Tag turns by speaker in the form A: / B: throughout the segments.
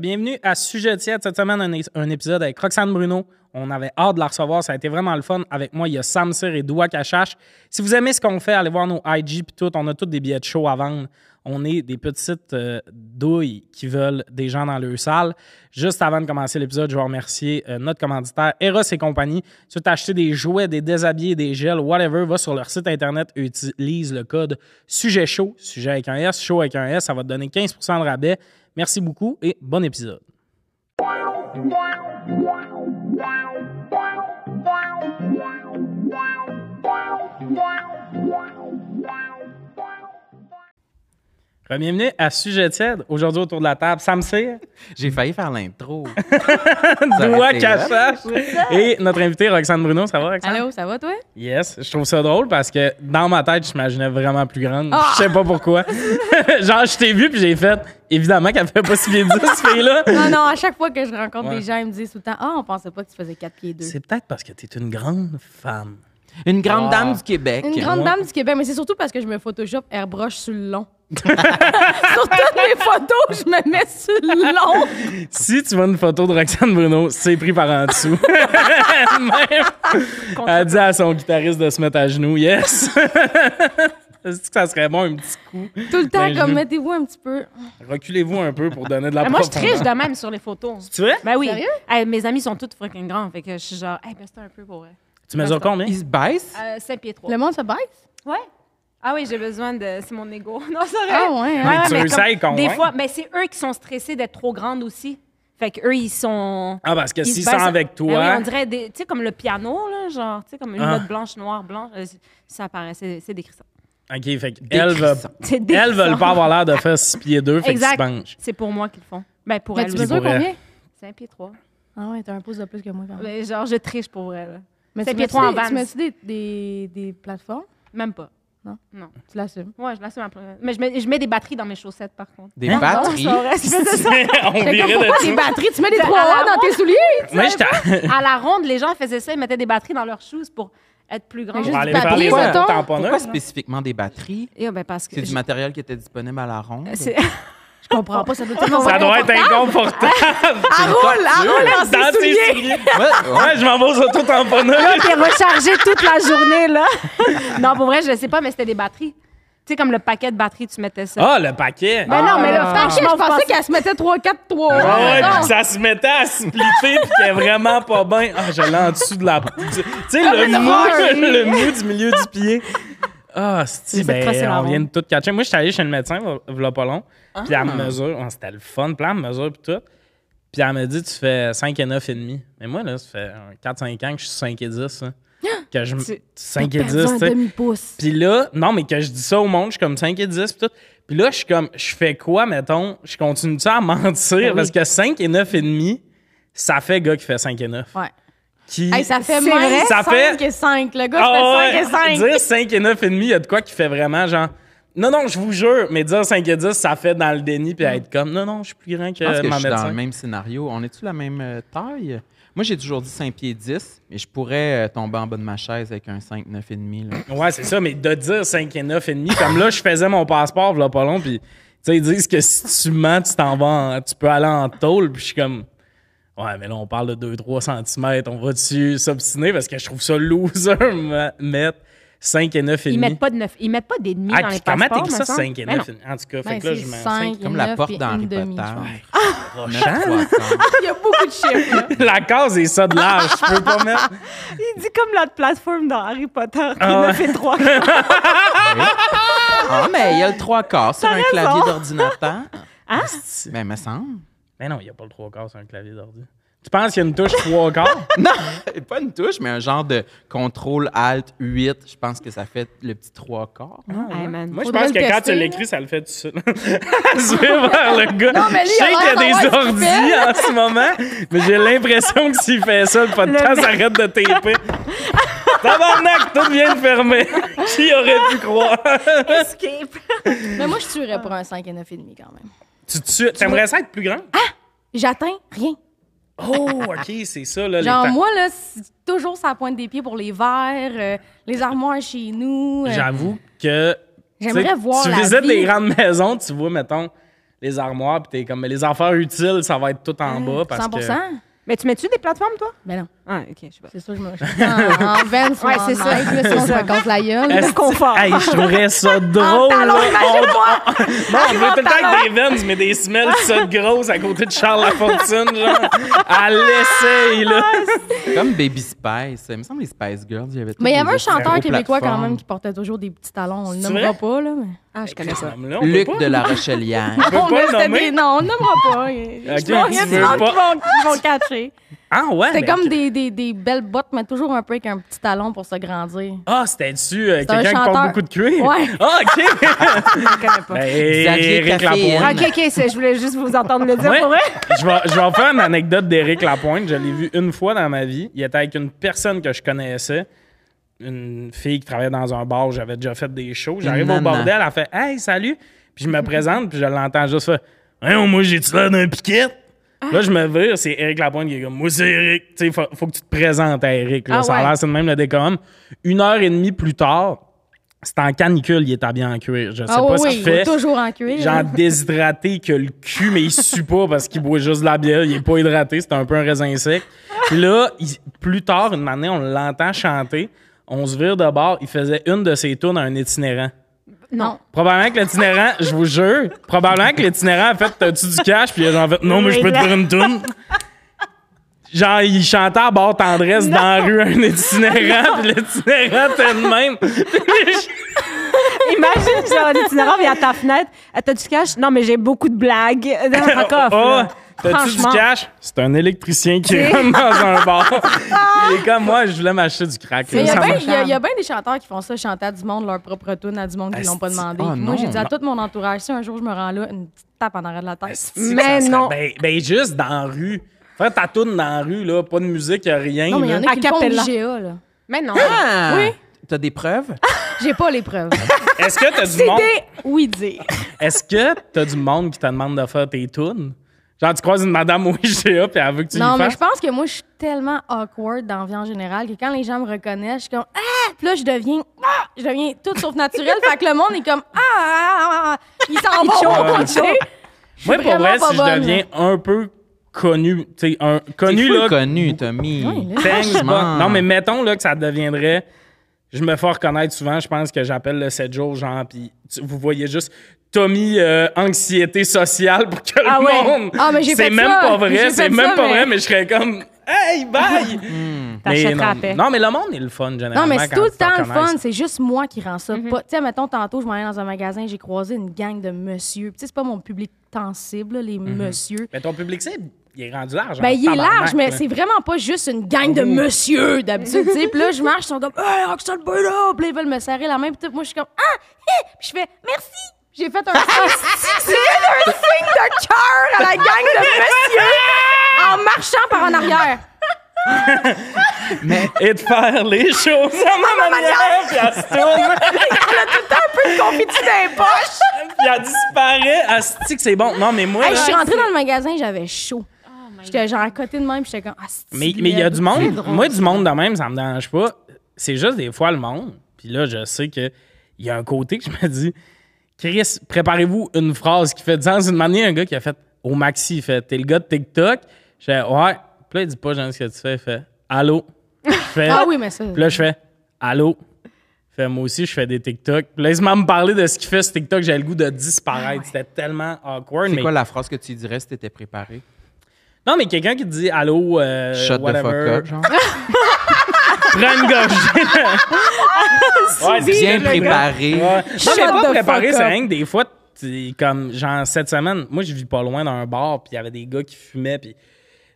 A: Bienvenue à Sujet tiède. Cette semaine, un, é- un épisode avec Roxane Bruno. On avait hâte de la recevoir. Ça a été vraiment le fun. Avec moi, il y a Sam Cyr et Doua Cachache. Si vous aimez ce qu'on fait, allez voir nos IG puis tout. On a tous des billets de show à vendre. On est des petites euh, douilles qui veulent des gens dans leur salle. Juste avant de commencer l'épisode, je vais remercier euh, notre commanditaire, Eros et compagnie. Si tu as acheté des jouets, des déshabillés, des gels, whatever, va sur leur site internet et utilise le code sujet chaud, sujet avec un S, chaud avec un S. Ça va te donner 15 de rabais. Merci beaucoup et bon épisode. Bienvenue à Sujet tiède. Aujourd'hui, autour de la table, Sam Cyr,
B: J'ai failli faire l'intro.
A: Doua
B: aurait été
A: Cachache et notre invité Roxane Bruno. Ça va,
C: Ah
A: Roxane?
D: Allô, ça va toi?
A: Yes, je trouve ça drôle parce que dans ma tête, je m'imaginais vraiment plus grande.
C: Ah!
A: Je sais pas pourquoi. Genre, je t'ai vu puis j'ai fait, évidemment qu'elle fait pas si bien dire, ce fille-là.
D: Non, non, à chaque fois que je rencontre
A: Ouais.
D: des gens, ils me disent tout le temps Ah, on pensait pas que tu faisais 4 pieds 2.
A: C'est peut-être parce que t'es une grande femme.
B: Une grande
A: Wow.
B: dame du Québec.
D: Une grande
A: ouais.
D: dame du Québec, mais c'est surtout parce que je me Photoshop airbrush sur le long. sur toutes mes photos, je me mets sur le long.
A: Si tu vois une photo de Roxane Bruno, c'est pris par en dessous. Même, elle dit à son guitariste de se mettre à genoux. Yes! Est-ce que ça serait bon un petit coup?
D: Tout le temps,
A: Ben, je-
D: comme mettez-vous un petit peu.
A: Reculez-vous un peu pour donner de la
C: Ben, moi, je
A: profondeur.
C: triche de même sur les photos.
A: Tu vois?
C: Ben oui.
D: Sérieux?
C: Hey, mes amis sont toutes fucking grands. Fait que je suis genre, hey, ben c'est un peu pour vrai.
A: Tu mesures combien?
B: Il se baisse.
C: Euh, 5 pieds 3.
D: Le monde se baisse?
C: Ouais. Oh. Ah oui, j'ai besoin de. C'est mon ego. Non, c'est vrai.
D: Ah, ouais, hein?
C: Ouais, ouais,
A: Tu
C: mais
A: essayes
C: comme-
A: qu'on
C: Des
A: vainque.
C: fois, mais c'est eux qui sont stressés d'être trop grandes aussi. Fait que eux, ils sont.
A: Ah, parce que
C: ils
A: s'ils
C: se
A: sont
C: baissent-
A: avec toi.
C: Ben oui, on dirait, des- tu sais, comme le piano, là, genre, tu sais, comme une
A: Ah.
C: note blanche, noire, blanche. euh, ça paraît, c'est c'est décrit ça.
A: OK, fait qu'elles veulent,
B: crissons.
C: C'est décrissant.
A: elles veulent pas avoir l'air de faire six pieds deux, fait qu'ils se
C: Exact.
A: penchent.
C: C'est pour moi qu'ils le font. Ben, pour
D: Mais
C: elles
D: tu
A: me
C: aussi.
A: dis-
D: mesures
A: pour
D: combien?
A: elle.
C: 5 pieds 3.
D: Ah, ouais, t'as un pouce de plus que moi quand même.
C: Ben, genre, je triche pour vrai, là.
D: Mais
C: c'est
D: tu
C: pieds
D: mets-tu
C: trois en
D: des- Tu
C: Vans.
D: mets-tu des, des, des plateformes?
C: Même pas.
D: Non.
C: Non.
D: Tu l'assumes.
C: Ouais, je l'assume après. Mais je mets, je mets des batteries dans mes chaussettes, par contre.
B: Des
A: Hein?
B: batteries.
C: Non, c'est vrai, c'est ça.
A: on virait de ça.
D: Des batteries, tu mets des
C: Ça,
D: trois
C: alors,
D: dans tes souliers?
A: Moi, j'étais.
C: À la ronde, les gens faisaient ça, ils mettaient des batteries dans leurs shoes pour être plus grands.
D: Mais
A: On va
D: juste
A: aller
D: du
A: faire
D: papier,
A: les
B: mettons.
A: tamponneurs.
B: Pourquoi spécifiquement des batteries?
C: Et, ben, parce que
B: C'est du
C: je-
B: matériel qui était disponible à la
D: Euh,
B: ronde.
C: c'est-
D: Je comprends pas, ça Ah, doit être
A: Ça doit être inconfortable.
C: Ah,
D: Arroule, arroule dans
A: Dans tes
D: ses souliers!
A: souliers.
B: Ouais, ouais.
A: Ouais, je m'en vais aux auto-tamponneurs.
C: t'es rechargé toute la journée, là. non, pour vrai, je sais pas, mais c'était des batteries. Tu sais, comme le paquet de batteries, tu mettais ça.
A: Ah, le paquet.
C: Ben non, mais là,
D: Fait que
C: franchement,
D: je
C: vous pensez-
D: pensais qu'elle se mettait 3, 4, 3.
A: Ah ouais, puis ça se mettait à splitter puis qu'elle est vraiment pas bien. Ah, j'allais en dessous de la. du- Tu sais, le
D: une
A: mou,
D: oreille.
A: le mou du milieu du pied. Ah, c'est
C: J'ai fait crosser
A: ben,
C: la
A: on vient de
C: ronde.
A: tout catcher. Moi, je suis allé chez le médecin, voilà pas long. Puis elle me mesure, oh, c'était le fun, puis elle me mesure, puis tout. Puis elle me dit, tu fais 5 et 9 et demi. Mais moi, là, ça fait euh, 4-5 ans que je suis 5 et 10. hein. Que je,
C: Tu-
A: 5 et 10, tu sais.
D: demi-pouce.
A: Puis là, non, mais que je dis ça au monde, je suis comme 5 et 10 pis tout. Puis là, je suis comme, je fais quoi, mettons? Je continue ça à mentir?
B: Ben
A: Parce que 5 et 9 et demi, ça fait gars qui fait 5 et 9.
D: Ouais.
A: Qui...
D: Hey, ça fait
C: C'est
D: même
C: vrai?
A: Ça
D: 5
A: fait-
D: et 5. Le gars,
A: Ah
D: je fais 5
A: ouais,
D: et 5.
A: Dire 5 et 9 et demi, il y a de quoi qui fait vraiment genre... Non, non, je vous jure, mais dire 5 et 10, ça fait dans le déni puis être comme, non, non, je suis plus grand que
B: Je pense que
A: ma
B: je suis dans
A: médecin.
B: le même scénario. On est-tu la même euh, taille? Moi, j'ai toujours dit 5 pieds 10, mais je pourrais euh, tomber en bas de ma chaise avec un 5, 9,5. là.
A: Ouais, c'est ça, mais de dire 5 et 9 et demi, comme là, je faisais mon passeport, là, pas long, puis tu sais, ils disent que si tu mens, tu t'en vas, en- tu peux aller en tôle, puis je suis comme, ouais, mais là, on parle de 2-3 cm, on va-tu s'obstiner, parce que je trouve ça loser, me- mettre 5 et 9 et
C: Ils
A: demi.
C: mettent pas de neuf, ils mettent pas d'ennemis
A: ah,
C: dans les
A: puis comment
C: passeports,
A: t'écris ça,
C: me semble.
A: 5 et
C: Mais
A: 9 et demi? En tout cas, fait
D: Ben,
A: que là,
D: c'est
A: je mets
D: 5
B: Comme la porte
D: dans
B: d'Harry
D: une
B: Potter.
D: demi, je pense.
A: Ah!
B: Neuf croissants.
D: Il y a beaucoup de chiffres. là.
A: La case est ça de large, je peux pas mettre.
C: Il dit comme l'autre plateforme dans Harry Potter, qui
A: Ah ouais.
C: ne fait trois.
B: Ah, mais il y a le 3 quarts sur un clavier d'ordinateur.
D: Ah!
C: Hein?
B: Ben, me semble.
A: Mais non, il n'y a pas le 3 quarts sur un clavier d'ordi. Tu penses qu'il y a une touche 3 quarts?
B: Non, pas une touche, mais un genre de contrôle alt 8. Je pense que ça fait le petit trois quarts.
A: Ah.
C: Hey, Ah, man.
A: Moi, je
D: Faudrait
A: pense
D: le
A: que quand
D: tester,
A: tu l'écris, ça le fait tout seul. Je vais vers le gars.
D: Non, mais lui,
A: je sais
D: il a
A: qu'il y a
D: l'air
A: des
D: d'avoir ce qu'il
A: ordis en ce moment, mais j'ai l'impression que s'il fait ça, le podcast
C: Le-
A: arrête de taper. Tabarnak, tout vient de fermer. Qui aurait pu croire?
C: Escape.
D: Mais moi, je tuerais pour un 5 et 9 et demi quand même.
A: tu tu- t'aimerais ça être plus grand?
D: Ah! J'atteins rien.
A: Oh, OK, c'est ça, là. les
D: Genre,
A: temps.
D: moi, là, c'est toujours ça pointe des pieds pour les verres, euh, les armoires chez nous. euh,
A: J'avoue que. tu sais,
D: J'aimerais voir
A: Tu
D: la
A: visites
D: vie.
A: des grandes maisons, tu vois, mettons, les armoires, puis t'es comme, mais les affaires utiles, ça va être tout
D: Mmh,
A: en bas. Parce
C: 100
A: que...
C: Mais tu mets-tu des plateformes, toi?
D: Mais Ben non,
C: Ah, OK, je sais pas.
D: c'est sûr que je me suis en veine sur
C: Ouais,
D: en
C: c'est ça.
D: Nike, là, sinon je me casse la gueule.
A: Est-ce-
C: Le confort.
A: Hey, je trouverais ça drôle. là.
C: talons, imagine-moi!
A: Non, on veut tout le temps avec des Vans, mais des semelles ça de grosses à côté de Charles Lafortune, genre. À l'essai, là.
B: Comme Baby Spice. Il me semble les Spice Girls, il y avait
D: Mais il y
B: toutes
D: avait
B: des
D: un chanteur
B: gros
D: québécois quand
B: plateformes.
D: même qui portait toujours des petits talons. On le
A: C'est
D: nommera
A: vrai?
D: pas, là. Mais...
C: Ah, je connais ça.
A: Là, on peut
B: Luc
A: pas.
B: de la Rochelière.
A: On peut
D: On
A: pas
D: le
A: le nommer.
D: savait- Non, on le nommera pas. Je
A: tu
D: pense qu'il y
A: veux
D: a du monde
A: pas.
D: qui vont- qui vont le catcher.
A: Ah ouais?
D: C'était
A: mais-
D: comme des, des, des belles bottes, mais toujours un peu avec un petit talon pour se grandir.
A: Ah, c'était-tu euh,
D: un
A: quelqu'un qui porte
D: chanteur.
A: beaucoup de cuir?
D: Ouais.
A: Ah, OK.
C: Je connais pas.
A: ben,
B: Xavier
A: Éric
B: Caféine.
A: Lapointe.
C: OK, OK, c'est- je voulais juste vous entendre le dire
A: Ouais.
C: pour vrai.
A: je, vais, je vais en faire une anecdote d'Éric Lapointe. Je l'ai vu une fois dans ma vie. Il était avec une personne que je connaissais, une fille qui travaillait dans un bar. où J'avais déjà fait des shows. J'arrive au
B: Une nana.
A: bordel, elle fait Hey, salut. Puis je me présente, puis je l'entends juste faire Hein, moi, j'ai-tu l'air d'un piquet? Là, je me vire, c'est Éric Lapointe qui est comme Moi, c'est Éric. Tu sais, faut, faut que tu te présentes à Éric. là.
D: Ah
A: Ça a
D: ouais.
A: l'air, c'est le même le décom. Une heure et demie plus tard, c'est en canicule, il est habillé en cuir. Je sais
D: Ah
A: pas
D: oui,
A: ce
D: oui,
A: qu'il
D: il est
A: fait
D: toujours en cuir.
A: genre
D: hein.
A: déshydraté que le cul, mais il sue pas parce qu'il boit juste de la bière, il est pas hydraté, c'est un peu un raisin sec. Puis là, il- plus tard, une année, on l'entend chanter, on se vire de bord, il faisait une de ses tournes à un itinérant.
D: Non.
A: Probablement que l'itinérant, je vous jure, probablement que l'itinérant a fait T'as-tu du cash? Puis il a genre fait Non, mais je peux te faire une tourne. Genre, il chantait à bord tendresse dans la rue à un itinérant, puis l'itinérant était de même.
C: Imagine, genre, un itinérant vient à ta fenêtre. Ah, T'as du cash? Non, mais j'ai beaucoup de blagues. euh, Non, fuck off,
A: Ah,
C: là.
A: T'as-tu du
C: Franchement.
A: cash? C'est un électricien qui rentre dans un bar. Il est comme moi, je voulais m'acheter du crack.
D: Mais il y,
A: là.
D: a
A: Ça
D: bien-
A: marche.
D: il y a- il y a bien des chanteurs qui font ça, chanter à du monde leur propre tune à du monde qui
A: Asti-
D: l'ont pas demandé.
B: Ah,
D: Puis moi,
B: non.
D: j'ai dit à tout mon entourage, si un jour je me rends là, une petite tape en arrière de la tête.
A: Asti,
C: Mais
A: ça serait-
C: non.
A: Ben, ben juste dans la rue. Faire ta toune dans la rue, là, pas de musique, y a rien.
D: Non, mais il y en
A: là.
D: a qui le font
C: Acapella.
D: du GA, là.
C: Mais non.
B: Ah!
D: Oui.
B: T'as des preuves?
A: Ah,
D: J'ai pas les preuves.
A: Est-ce que t'as du monde?
C: Oui, dire.
A: Est-ce que t'as du monde qui te demande de faire tes tunes? Genre, tu croises une madame au IGA puis elle veut que tu lui
D: non, mais
A: fasses.
D: je pense que moi, je suis tellement awkward dans la vie en général que quand les gens me reconnaissent, je suis comme Ah! Puis là, je deviens Ah! Je deviens tout sauf naturel. fait que le monde est comme Ah! ah, ah, ah. Ils s'en
A: chauffent,
D: vont.
A: ils
D: tu sais.
A: Moi, pour
D: suis
A: vrai,
D: vraiment
A: si
D: pas
A: je
D: bonne.
A: deviens un peu connu, tu sais, un
B: T'es
A: connu,
B: full
A: là,
B: connu, Tommy.
D: Oui, là.
A: Thanks,
B: Franchement.
A: bon. Non, mais mettons là, que ça deviendrait. Je me fais reconnaître souvent, je pense que j'appelle le 7 jours, genre, puis tu- vous voyez juste Tommy euh, anxiété sociale pour que
C: Ah
A: le
C: ouais.
A: monde.
D: Ah, mais j'ai
A: c'est
D: fait
A: même
D: ça.
A: pas
D: J'ai
A: vrai,
D: fait
A: c'est
D: ça,
A: même pas
D: mais- Hmm.
A: vrai, mais je serais comme Hey, bye! mais
C: T'achèteras
A: non,
C: la paix.
A: non, mais le monde est le fun, généralement.
D: Non, mais c'est
A: quand
D: tout le
A: ils te
D: temps le fun.
A: reconnaissent.
D: C'est juste moi qui rends ça pas. Tu sais, mettons, tantôt, je m'en allais dans un magasin, j'ai croisé une gang de monsieur. Tu sais, c'est pas mon public tant cible, là, les
A: Mm-hmm.
D: monsieur.
A: Mais ton public cible, il est rendu large.
D: Ben,
A: en
D: il est
A: tabarnak,
D: large, mais
A: là.
D: c'est vraiment pas juste une gang de monsieur d'habitude. tu sais. Puis là, je marche, ils sont comme, hey, Axel Bruno! Puis là, ils veulent me serrer la main. Puis tout. moi, je suis comme, ah! Hé! Puis je fais, merci! J'ai fait un signe. un signe de cœur à la gang de monsieur en marchant par en arrière.
A: Et de faire les choses à ma manière, puis elle se tourne.
C: Confie-tu dans les poches?
A: Puis elle disparaît. Asti que c'est bon. Non, mais moi.
D: Hey, je
A: là-
D: suis rentrée dans le magasin, j'avais chaud. J'étais genre à côté de même, puis j'étais comme, ah, c'est
A: Mais mais il y a
D: laid.
A: du monde. Moi, du monde de même, ça me dérange pas. C'est juste des fois le monde. Puis là, je sais que il y a un côté que je me dis Chris, préparez-vous une phrase qui fait du sens. Une manière, un gars qui a fait au maxi, il fait T'es le gars de TikTok. Je fais Ouais. Puis là, il dit pas, j'aime ce que tu fais. Il fait Allô. Je fais,
D: Ah oui, mais ça.
A: Puis là, je fais Allô. Fait, moi aussi, je fais des TikTok. Puis là, il se met à me parler de ce qu'il fait sur TikTok. J'avais le goût de disparaître.
B: Ah
A: C'était tellement awkward.
B: C'est
A: mais-
B: quoi la phrase que tu dirais si t'étais préparé?
A: Non, mais quelqu'un qui te dit Allô, euh,
B: Shut the fuck
A: whatever. Ah,
B: up, genre.
A: Prends une gorgée. ouais, c'est
B: Ah, Bien
A: le gars.
B: préparé.
A: Ouais. Non, mais
C: Shut
A: pas
C: the
A: préparé,
C: fuck
A: c'est
C: up.
A: rien que des fois, t'es comme, genre, cette semaine, moi, je vis pas loin d'un bar, puis il y avait des gars qui fumaient, puis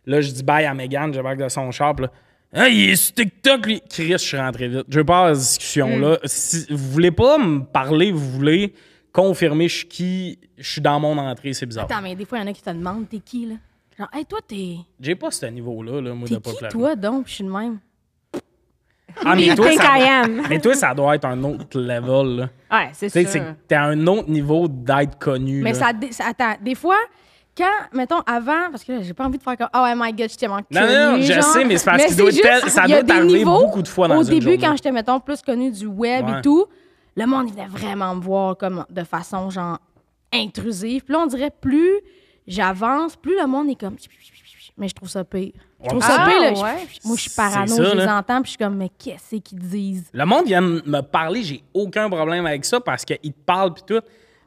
A: là, je dis bye à Megan, je barque de son char, puis là, Hey, il est sur TikTok, lui. Chris, je suis rentré vite. Je veux pas avoir cette discussion-là.
D: Hmm.
A: Si vous voulez pas me parler, vous voulez confirmer je suis qui, je suis dans mon entrée, c'est bizarre.
D: Attends, mais des fois, il y en a qui te demandent, t'es qui, là? Genre, hey, toi, t'es.
A: J'ai pas ce niveau-là, là, moi, de
D: T'es
A: pas
D: qui,
A: plaire.
D: toi, donc? Je suis de même.
A: Ah, mais
C: You
A: toi,
C: think
A: ça-
C: I am.
A: mais toi, ça doit être un autre level, là.
C: Ouais, c'est
A: Tu sais, c'est que
C: sûr.
A: t'es à un autre niveau d'être connu.
D: Mais
A: là.
D: ça, dé- ça- Attends, des fois, quand, mettons, avant, parce que là, j'ai pas envie de faire comme, oh, my God, je suis tellement
A: Non, non, non,
D: connue,
A: je
D: genre.
A: sais, mais c'est parce qu'il
D: c'est
A: doit être
D: juste,
A: tel- ça
D: il y a
A: doit
D: des
A: arriver
D: niveaux,
A: beaucoup de fois dans
D: Au
A: une
D: début,
A: journée.
D: quand j'étais, mettons, plus connue du web
A: Ouais.
D: et tout, le monde, il venait vraiment me voir comme de façon, genre, intrusive. Puis là, on dirait plus j'avance, plus le monde est comme. Mais je trouve ça pire. Je trouve ça
C: Ah,
D: pire. là.
C: ouais.
D: Je- Moi, je suis
A: C'est
D: parano,
A: ça,
D: je les
A: là.
D: entends, puis je suis comme, mais qu'est-ce qu'ils disent?
A: Le monde vient me parler, j'ai aucun problème avec ça parce qu'il te parle puis tout.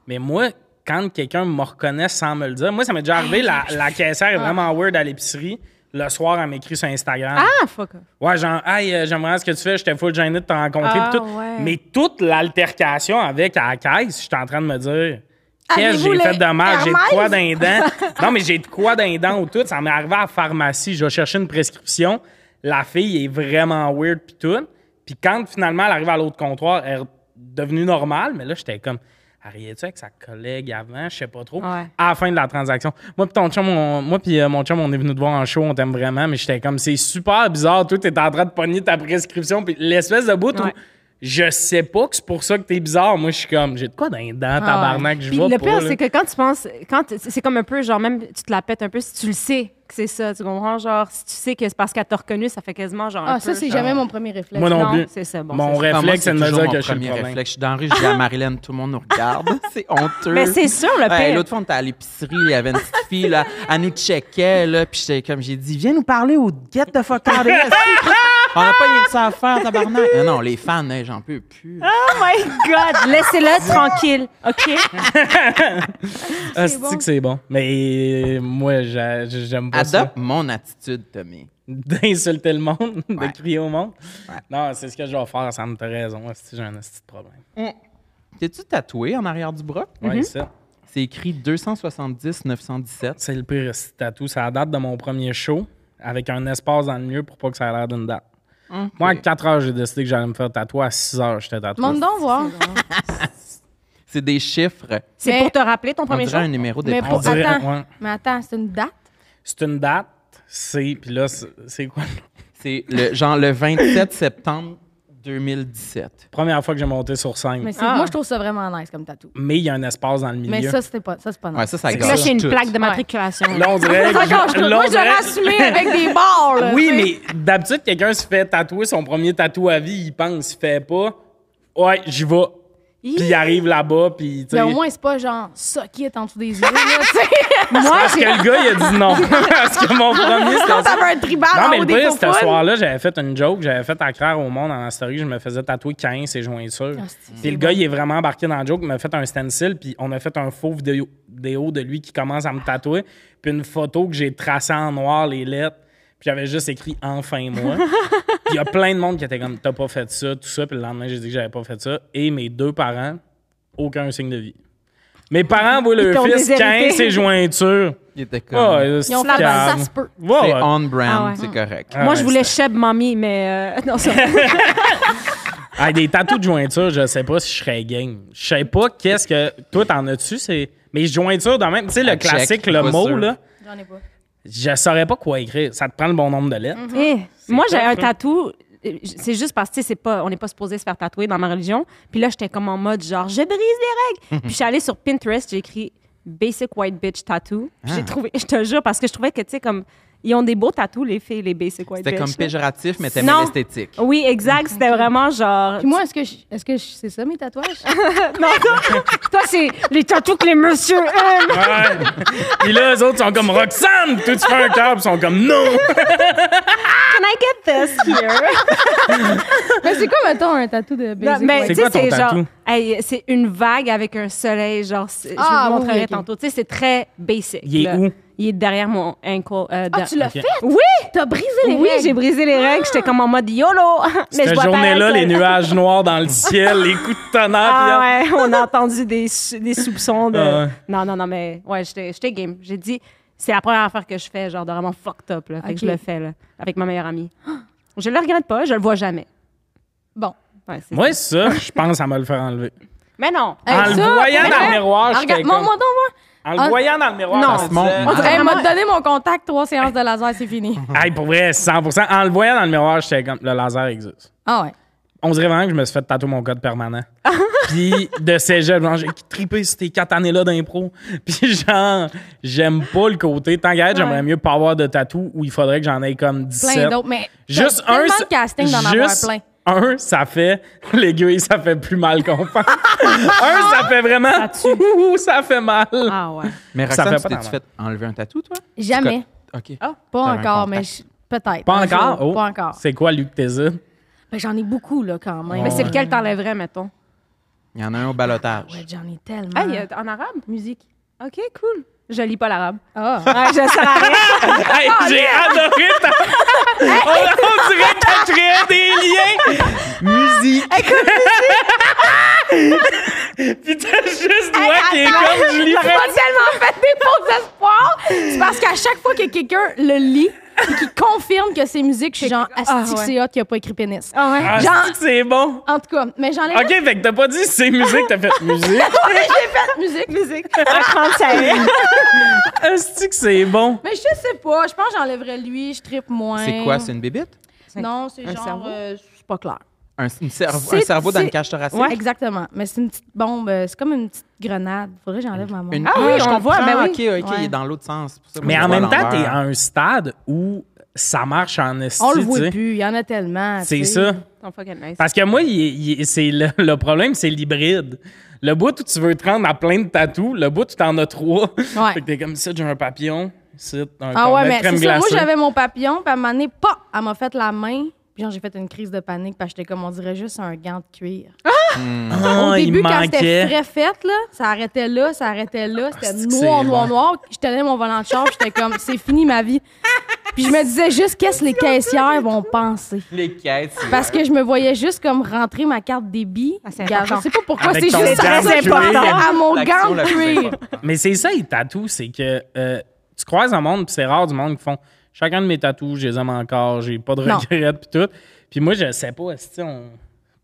A: Mais moi, quand quelqu'un me reconnaît sans me le dire, moi, ça m'est déjà arrivé, la, la caissière est vraiment weird à l'épicerie. Le soir, elle m'écrit sur Instagram.
C: Ah, fuck off.
A: Ouais, genre, hey, euh, j'aimerais ce que tu fais, j'étais full gêné de te rencontrer.
C: Ah,
A: pis tout.
C: ouais.
A: Mais toute l'altercation avec à la caisse, j'étais en train de me dire, qu'est-ce
D: Avez-vous
A: que j'ai
D: les
A: fait de mal? J'ai de quoi
D: Hermès?
A: dans les dents? non, mais j'ai de quoi dans les dents ou tout. Ça m'est arrivé à la pharmacie, je vais chercher une prescription. La fille est vraiment weird pis tout. Puis quand finalement elle arrive à l'autre comptoir, elle est devenue normale, mais là, j'étais comme. Arrivais-tu avec sa collègue avant? Je sais pas trop.
C: Ouais.
A: À la fin de la transaction. Moi puis ton chum, on, moi puis euh, mon chum, on est venu te voir en show, on t'aime vraiment, mais j'étais comme c'est super bizarre, toi t'es en train de pogner ta prescription puis l'espèce de bout où
C: Ouais.
A: je sais pas que c'est pour ça que t'es bizarre. Moi je suis comme j'ai de quoi dans les dents, tabarnak, je
C: Ah Puis
A: vois
C: le
A: pas.
C: pire,
A: là.
C: c'est que quand tu penses, quand t- c'est comme un peu, genre même, tu te la pètes un peu si tu le sais que c'est ça, tu comprends? Genre, si tu sais que c'est parce qu'elle t'a reconnu, ça fait quasiment genre.
D: Ah,
C: un
D: ça,
C: peu,
D: c'est
C: genre-
D: jamais mon premier réflexe.
A: Moi non,
C: non,
A: plus.
C: c'est ça, bon,
A: mon
C: c'est
B: Enfin, moi,
A: réflexe, c'est de me
B: toujours
A: dire
B: mon
A: que je suis le
B: premier
A: problème.
B: réflexe. Je suis dans la rue, je dis à Marilyn, tout le monde nous regarde. C'est honteux.
C: Mais c'est sûr, le
B: Ouais,
C: pire.
B: L'autre fois, on était à l'épicerie, il y avait une petite fille, là, elle nous checkait, là, puis j'étais comme, j'ai dit, viens nous parler au Get the Fuck Out of Here, c'est- On n'a pas rien que ça à faire, tabarnak. Non, non, les fans, hey, j'en peux plus.
C: Oh my God! Laissez-le tranquille, OK?
A: Ah, c'est que c'est bon. Mais euh, moi j'a- j'aime pas ça.
B: Adopte mon attitude, Tommy.
A: D'insulter le monde,
B: Ouais.
A: de crier au monde. Non, c'est ce que je vais faire, ça me t'a raison. Si j'ai un petit problème.
B: T'es-tu tatoué en arrière du bras?
C: Mhm.
A: Ouais, ça.
B: C'est écrit 270-917.
A: C'est le pire esti de tatou. C'est la date de mon premier show avec un espace dans le milieu pour pas que ça ait l'air d'une date. Moi, à 4 heures, j'ai décidé que j'allais me faire tatouer. À 6 heures, j'étais tatoué.
D: Monte donc voir.
B: C'est des chiffres.
C: C'est
D: Mais-
C: pour te rappeler ton
B: On
C: premier
B: dirait
C: jour.
B: un numéro de
D: Mais
A: On
D: pour-
A: dirait-
D: attends.
A: ouais.
D: Mais attends, c'est une date?
A: C'est une date, c'est. Puis là, c'est c'est quoi?
B: C'est le, genre le 27 septembre 2017.
A: Première fois que j'ai monté sur scène.
D: Mais
A: Mais
D: c'est-
C: Ah.
D: moi, je trouve ça vraiment nice comme tatou.
A: il y a un espace dans le milieu.
D: Mais ça, c'était pas, ça, c'est pas nice.
B: Ouais, ça, ça
A: C'est que
C: Là,
B: gâche
C: j'ai une
B: tout.
C: plaque de matriculation.
A: Là, on dirait. que-
D: Encore, je-
A: là,
D: moi,
A: on dirait-
D: j'aurais assumé avec des barres. là,
A: Oui,
D: tu sais.
A: mais d'habitude, quelqu'un se fait tatouer son premier tatou à vie, il pense, il fait pas. Ouais, j'y vais. Puis il arrive là-bas, puis tu sais.
D: Mais Ben, au moins, c'est pas genre ça qui est en dessous des yeux. là, tu sais.
C: Moi,
A: Parce que le gars, il a dit non. Parce que mon premier, c'était ça.
D: un tribal
A: Non,
D: en
A: mais
D: haut
A: le
D: Ah, des
A: pire, ce
D: confounes.
A: soir-là, j'avais fait une joke, j'avais fait accraire au monde en story, je me faisais tatouer 15 et jointures.
D: Ah, c'est-
A: puis le gars, il est vraiment embarqué dans la joke, il m'a fait un stencil, puis on a fait un faux vidéo, vidéo de lui qui commence à me tatouer, puis une photo que j'ai tracée en noir, les lettres, puis j'avais juste écrit « Enfin moi ». Puis il y a plein de monde qui était comme « T'as pas fait ça, tout ça », puis le lendemain, j'ai dit que j'avais pas fait ça, et mes deux parents, aucun signe de vie. Mes parents voient
C: Ils
A: leur
C: t'ont
A: fils
C: déshérité.
A: 15 et jointures.
B: Il était comme.
A: Ah,
D: Ils ont
A: c'est
D: fait
A: calme.
D: ça, ça se peut.
A: Ouais,
B: c'est
A: ouais.
B: on brand,
C: Ah ouais.
B: c'est correct.
A: Ah
C: Moi,
A: ouais,
C: je voulais
A: c'est-
C: Cheb Mommy, mais. euh, non, ça.
A: Ah, des tatous de jointure, je sais pas si je serais game. Je sais pas qu'est-ce que. Toi, t'en as-tu? C'est... Mais jointure, dans même. Tu sais, le
B: Ah, check,
A: classique,
B: je suis
A: le
B: pas
A: mot,
B: sûr.
A: là.
D: J'en ai pas.
A: Je saurais pas quoi écrire. Ça te prend le bon nombre de lettres.
C: Eh, moi, j'ai
A: tough, hein.
C: un tatou. euh, C'est juste parce que tu sais, c'est pas, on n'est pas supposé se faire tatouer dans ma religion. Puis là, j'étais comme en mode genre, je brise les règles. puis je suis allée sur Pinterest, j'ai écrit Basic White Bitch Tattoo. Puis j'ai trouvé, je te jure, parce que je trouvais que, tu sais, comme, ils ont des beaux tatous, les filles, les Basic White
B: C'était
C: Bitch.
B: comme
C: là.
B: péjoratif, mais t'aimais
C: Non.
B: l'esthétique.
A: Oh.
C: Oui, exact. C'était vraiment genre.
D: Puis moi, est-ce que je- est-ce que je- c'est ça mes tatouages?
C: non, toi, toi, c'est les tatous que les messieurs aiment.
A: Puis là, eux autres sont comme Roxane! Puis toi, tu fais un cœur, puis ils sont comme non!
C: Can I get this here?
D: mais c'est quoi, mettons, un tatou de
C: Non,
D: basic?
C: mais
A: C'est
C: tu sais,
A: quoi ton
C: c'est genre,
A: tatou?
C: hey, c'est une vague avec un soleil, genre, c'est-
D: Ah,
C: je vous
D: oui,
C: le montrerai
D: oui, ok.
C: tantôt. Tu sais, c'est très basic.
A: Il est
C: là.
A: où?
C: Il est derrière mon ankle. euh,
D: Ah,
C: de-
D: tu l'as
A: Ok.
D: fait?
C: Oui!
D: T'as brisé les
C: Oui,
D: règles?
C: j'ai brisé les règles. J'étais comme en mode YOLO. Mais je
A: Cette
C: vois
A: journée-là, les
C: apparaître-
A: nuages noirs dans le ciel, les coups de tonnerre.
C: Ah
A: puis là,
C: ouais, on a entendu des, sou- des soupçons de...
A: Ah ouais.
C: Non, non, non, mais ouais, j'étais j'étais game. J'ai dit, c'est la première affaire que je fais, genre de vraiment fucked up. Là. Fait que
D: Ok.
C: je le fais là, avec ma meilleure amie. Je le regrette pas, je le vois jamais.
D: Bon.
C: Ouais, c'est-
A: Moi, ça, je pense à me le faire enlever.
C: Mais non!
A: En le voyant dans le miroir, j'étais
D: Regarde, moi,
A: comme-
D: moi, donc, moi.
A: En le
D: Ah,
A: voyant dans le miroir,
C: non.
A: ça se
B: Mon-
A: disait-
B: mon-
D: Elle m'a donné mon contact, trois séances de laser, c'est fini.
A: Hey, pour vrai, 100%. En le voyant dans le miroir, j'étais comme le laser existe.
D: Ah ouais.
A: On dirait vraiment que je me suis fait tatouer mon code permanent. Puis de cégep, genre, j'ai trippé sur tes quatre années-là d'impro. Puis genre, j'aime pas le côté. Tant qu'à être, j'aimerais mieux pas avoir de tatou où il faudrait que j'en aie comme 17.
D: Plein d'autres, mais. t'as
A: Juste un.
D: tellement
A: c'est-
D: de casting d'en avoir
A: juste
D: plein.
A: Un, ça fait l'aiguille, ça fait plus mal qu'on pense. Un, ça fait vraiment.
C: Ça tue.
A: Ouh, ça fait mal.
C: Ah ouais.
B: Mais
A: Ça
B: Roxane,
A: fait pas
B: tu t'es-tu fait enlever un tatou, toi?
D: Jamais.
B: OK.
D: Pas
B: T'avais un
D: encore,
B: contact.
D: mais je- peut-être.
A: Pas
D: un jour.
A: encore? Oh.
D: Pas encore.
A: C'est quoi, Luc Tézé?
D: Ben, J'en ai beaucoup, là, quand même.
C: Mais c'est lequel t'enlèverais, mettons?
B: Il y en a un au balotage.
D: Ouais, J'en ai tellement.
C: Ah, il y a- en arabe? Musique. OK, cool. Je lis pas l'arabe.
D: Ah.
C: Ouais, je sais l'arabe.
A: Hey, j'ai adoré ta. on, on dirait qu'elle créait des liens!
B: Musique!
A: Puis t'as juste toi qui est comme Julie
D: J'ai
A: Fran-
D: pas tellement fait des faux espoirs. C'est parce qu'à chaque fois que quelqu'un le lit et qu'il confirme que c'est musique, je suis genre
C: Ah,
D: astique
C: ouais.
D: c'est hot qu'il a pas écrit pénis.
C: Ah ouais.
A: Ah,
D: Genre-
A: c'est-tu que c'est bon!
D: En tout cas, mais j'en ai
A: Ok, fait que t'as pas dit c'est musique, t'as fait musique.
D: j'ai fait musique.
C: Musique. Franchement, ça y est.
A: Est-ce que c'est bon?
D: Mais je sais pas, je pense que j'enlèverais lui, je tripe moins.
B: C'est quoi? C'est une bébite?
D: Non, c'est
C: Un
D: genre
C: cerveau?
D: euh, c'est pas clair.
B: Un, une cerve- un
D: C'est-
B: cerveau dans une
D: c'est-
B: cage thoracique?
D: Ouais. Exactement, mais c'est une petite bombe, euh, c'est comme une petite grenade. Faudrait que j'enlève ma main.
B: Une-
C: Ah oui, on
B: comprends.
C: voit, ben oui.
B: OK, OK, il est dans l'autre sens. C'est pour ça que
A: Mais
B: moi,
A: en
B: je le
A: même
B: vois à
A: temps, t'es à
B: l'envers.
A: un stade où ça marche en esti.
D: on le
A: tu
D: voit
A: sais.
D: plus, il y en a tellement.
A: C'est
D: tu sais.
A: ça.
C: Ton fucking nice.
A: Parce que moi, il- il- c'est le, le problème, c'est l'hybride. Le bout où tu veux te rendre à plein de tatous, le bout où t'en as trois.
D: Ouais.
A: Fait que t'es comme ça, j'ai un papillon, ici, un
D: Ah
A: cornet
D: ouais,
A: de
D: mais
A: crème
D: c'est ça. Moi,
A: glacée.
D: j'avais mon papillon, puis à un moment donné, pas, elle m'a fait la main. Puis genre, j'ai fait une crise de panique, parce que j'étais comme, on dirait juste un gant de cuir.
A: Ah,
D: Au début,
A: il
D: quand c'était
A: manquait.
D: frais fait, là, ça arrêtait là, ça arrêtait là, c'était
A: c'est que
D: noir,
A: c'est
D: noir,
A: long.
D: noir. Je tenais mon volant de char, puis j'étais comme, c'est fini ma vie. Puis je me disais juste, qu'est-ce que les caissières vont penser?
B: Les caisses.
D: Parce que je me voyais juste comme rentrer ma carte débit.
C: Ah, c'est
D: Regarde, je
C: important.
D: sais pas pourquoi,
A: Avec
D: c'est
A: ton
D: juste ça.
A: gant de
D: C'est
A: cuir.
D: important. À mon
B: L'action
D: gant
B: la
D: de
B: plus
D: cuir.
B: importante.
A: Mais c'est ça, les tatous, c'est que euh, tu croises un monde, puis c'est rare du monde qui font chacun de mes tatous, je les aime encore, j'ai pas de
D: Non.
A: regrets, puis tout. Puis moi, je sais pas, esti, on...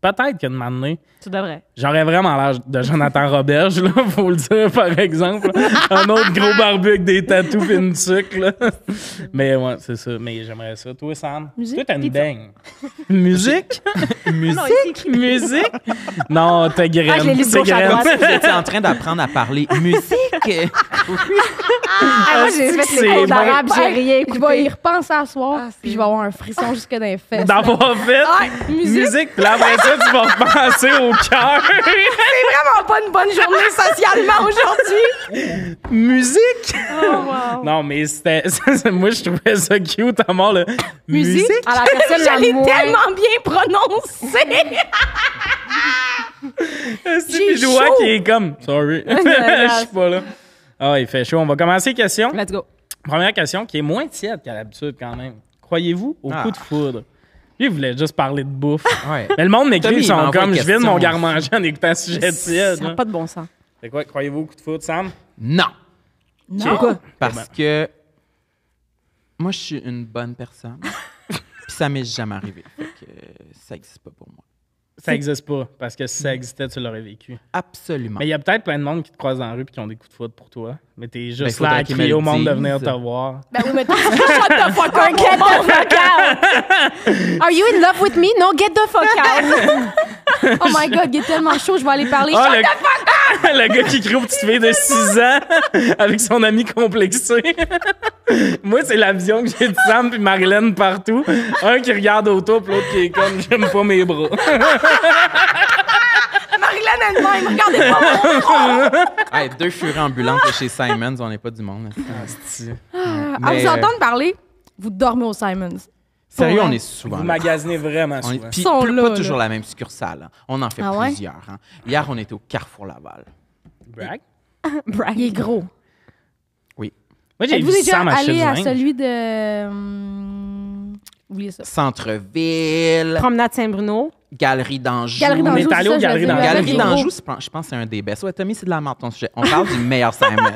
A: peut-être que de m'amener.
C: Tu devrais.
A: J'aurais vraiment l'âge de Jonathan Roberge, là, faut le dire, par exemple. Un autre gros barbu avec des tatous pis une sucre, là. Mais ouais, c'est ça. Mais j'aimerais ça. Toi, Sam,
D: Musique,
A: toi, t'as une
D: pizza.
A: beigne. Musique? Musique? Musique? Non, t'as graine.
C: Ah, je l'ai lu de
A: c'est
C: gauche à
A: graine.
C: droite.
B: Vous étiez en train d'apprendre à parler musique.
C: Ah, moi, j'ai
A: c'est que
C: fait
A: c'est
C: les cours
A: bon.
C: d'arabe, j'ai
D: Ben,
C: rien
D: Je vais y
C: écouté.
D: repenser à soir,
C: Ah, c'est-
D: puis je vais avoir un frisson jusque dans les fesses.
A: D'avoir fait
C: Ah,
D: Ouais, musique.
A: musique. Puis là, après ça, tu vas repenser au cœur.
D: C'est vraiment pas une bonne journée socialement aujourd'hui.
A: musique?
C: Oh, wow.
A: Non, mais c'était. Moi, je trouvais ça cute à mort, là. Musique?
D: Ah,
C: À la personne la
D: Je l'ai
C: moins-
D: tellement bien prononcé. J'ai
A: C'est doigts
D: chaud.
A: qui est comme. Sorry. Je suis pas là. Ah, il fait chaud. On va commencer les questions.
C: Let's go.
A: Première question qui est moins tiède qu'à l'habitude, quand même. Croyez-vous au
B: Ah.
A: coup de foudre? Lui, il voulait juste parler de bouffe.
B: Ouais.
A: Mais le monde m'écrit,
B: Tommy,
A: ils
B: il
A: sont
B: m'envoie
A: comme,
B: une
A: je viens de mon
B: question.
A: garde-manger en écoutant sujet
C: Ça
A: tiède.
C: n'a
B: hein.
A: là.
C: pas de bon sens.
A: C'est quoi, croyez-vous au coup de foudre, Sam?
B: Non.
D: Non.
B: Pourquoi? Parce que moi, je suis une bonne personne. Puis ça m'est jamais arrivé. Fait que ça n'existe pas pour moi.
A: Ça n'existe pas, parce que si ça existait, tu l'aurais vécu.
B: Absolument.
A: Mais il y a peut-être plein de monde qui te croisent dans la rue et qui ont des coups de foudre pour toi. Mais t'es juste
B: faudrait
A: là à
B: Ben, qu'ils me
A: crier au
B: le
A: monde de venir
B: disent.
A: te voir.
D: Ben oui, mais t'as shut the fuck up, mon
C: Get
D: monde.
C: the fuck out! Are you in love with me? No, get the fuck out!
D: Oh my God, il est tellement chaud, je vais aller parler.
A: Ah,
D: Shut
A: le... le gars qui crie aux petites filles de 6 ans avec son ami complexé. Moi, c'est la vision que j'ai de Sam puis Marilyn partout. Un qui regarde autour, puis l'autre qui est comme « j'aime pas mes bras
D: up, Marilyn elle-même, regardez pas mon bras.
B: Hey, deux furies ambulantes là, chez Simons, on n'est pas du monde. là. ».
A: Ah,
B: Mais,
D: À Ah, vous
B: euh,
D: entendre parler, vous dormez au Simons.
B: Sérieux,
D: Pour
B: on
D: vrai.
B: est souvent
A: Vous
B: là.
A: magasinez vraiment
B: On est,
A: souvent.
B: puis
D: Sont
B: plus-
D: là,
B: pas
D: là.
B: toujours la même succursale. hein. On en fait
D: Ah ouais?
B: plusieurs. hein. Hier, on était au Carrefour Laval.
A: Brag.
D: Il est gros.
B: Oui.
A: Moi, j'ai
D: Êtes-vous
A: vu
D: déjà
A: Sam à
D: allé à
A: Chevrolet.
D: celui de... hum, Oubliez ça.
B: Centre-ville,
C: Promenade Saint-Bruno.
B: Galerie d'Anjou.
D: Galerie
A: On est
D: d'Anjou,
A: allé
D: c'est
A: au
D: ça, je
A: Galerie
D: l'ai vu.
A: d'Anjou.
D: Avec
B: Galerie
D: les
B: d'Anjou,
D: gros.
B: je pense, je pense que c'est un des best. Ouais, Tommy, c'est de la merde ton sujet. On parle du meilleur Simons.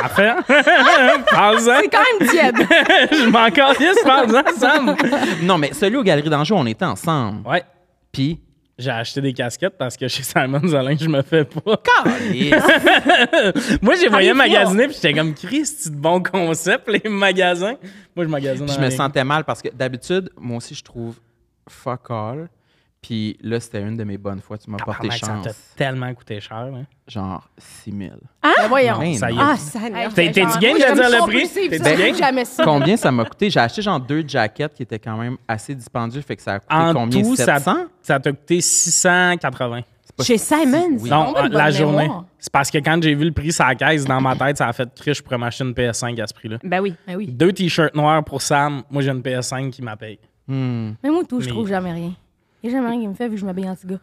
A: Parfait. Parle-en.
D: C'est quand même tiède.
A: Je m'en calisse, parle-en, Sam.
B: non, mais celui au Galerie d'Anjou, on était ensemble.
A: Ouais.
B: Puis,
A: J'ai acheté des casquettes parce que chez Simon Zolin, je me fais pas.
B: calisse.
A: Moi, j'ai voyé
C: Allez,
A: magasiner, puis j'étais comme, Chris, c'est de bon concept, les magasins. Moi, je magasine
B: Puis
A: en
B: je me
A: ligne.
B: sentais mal parce que d'habitude, moi aussi, je trouve fuck all. Puis là, c'était une de mes bonnes fois. Tu m'as porté
A: Tabarnak, ça
B: chance.
A: t'a tellement coûté cher. là.
B: Genre 6 000.
D: Ben voyons.
B: Ben
A: ça y
B: non.
A: est.
C: Hein? Ah, ça
D: Hey,
A: T'es- t'es
D: genre,
A: du game
D: moi,
A: de
D: j'aime
A: dire le
D: ça
A: prix?
D: impulsif,
A: T'es
D: ça,
A: du
D: j'aime
A: game?
D: jamais ça.
B: Combien ça m'a coûté? J'ai acheté genre deux jackets qui étaient quand même assez dispendieux. Fait que ça a coûté
A: En
B: combien?
A: tout, ça
B: 700?
A: ça t'a coûté 680.
C: Chez Simons.
B: Oui.
A: Non,
D: donc une
A: euh,
D: bonne
A: la journée.
D: mémoire.
A: C'est parce que quand j'ai vu le prix sur la caisse, dans ma tête, ça a fait triche, je pourrais m'acheter une PS5 à ce prix-là.
C: Ben oui.
D: Ben oui.
A: Deux t-shirts noirs pour Sam, moi j'ai une PS5 qui m'appelle.
D: Mais moi, tout, je
A: Mais-
D: trouve jamais rien. Il n'y a jamais rien qui me fait vu que je m'habille en petit gars.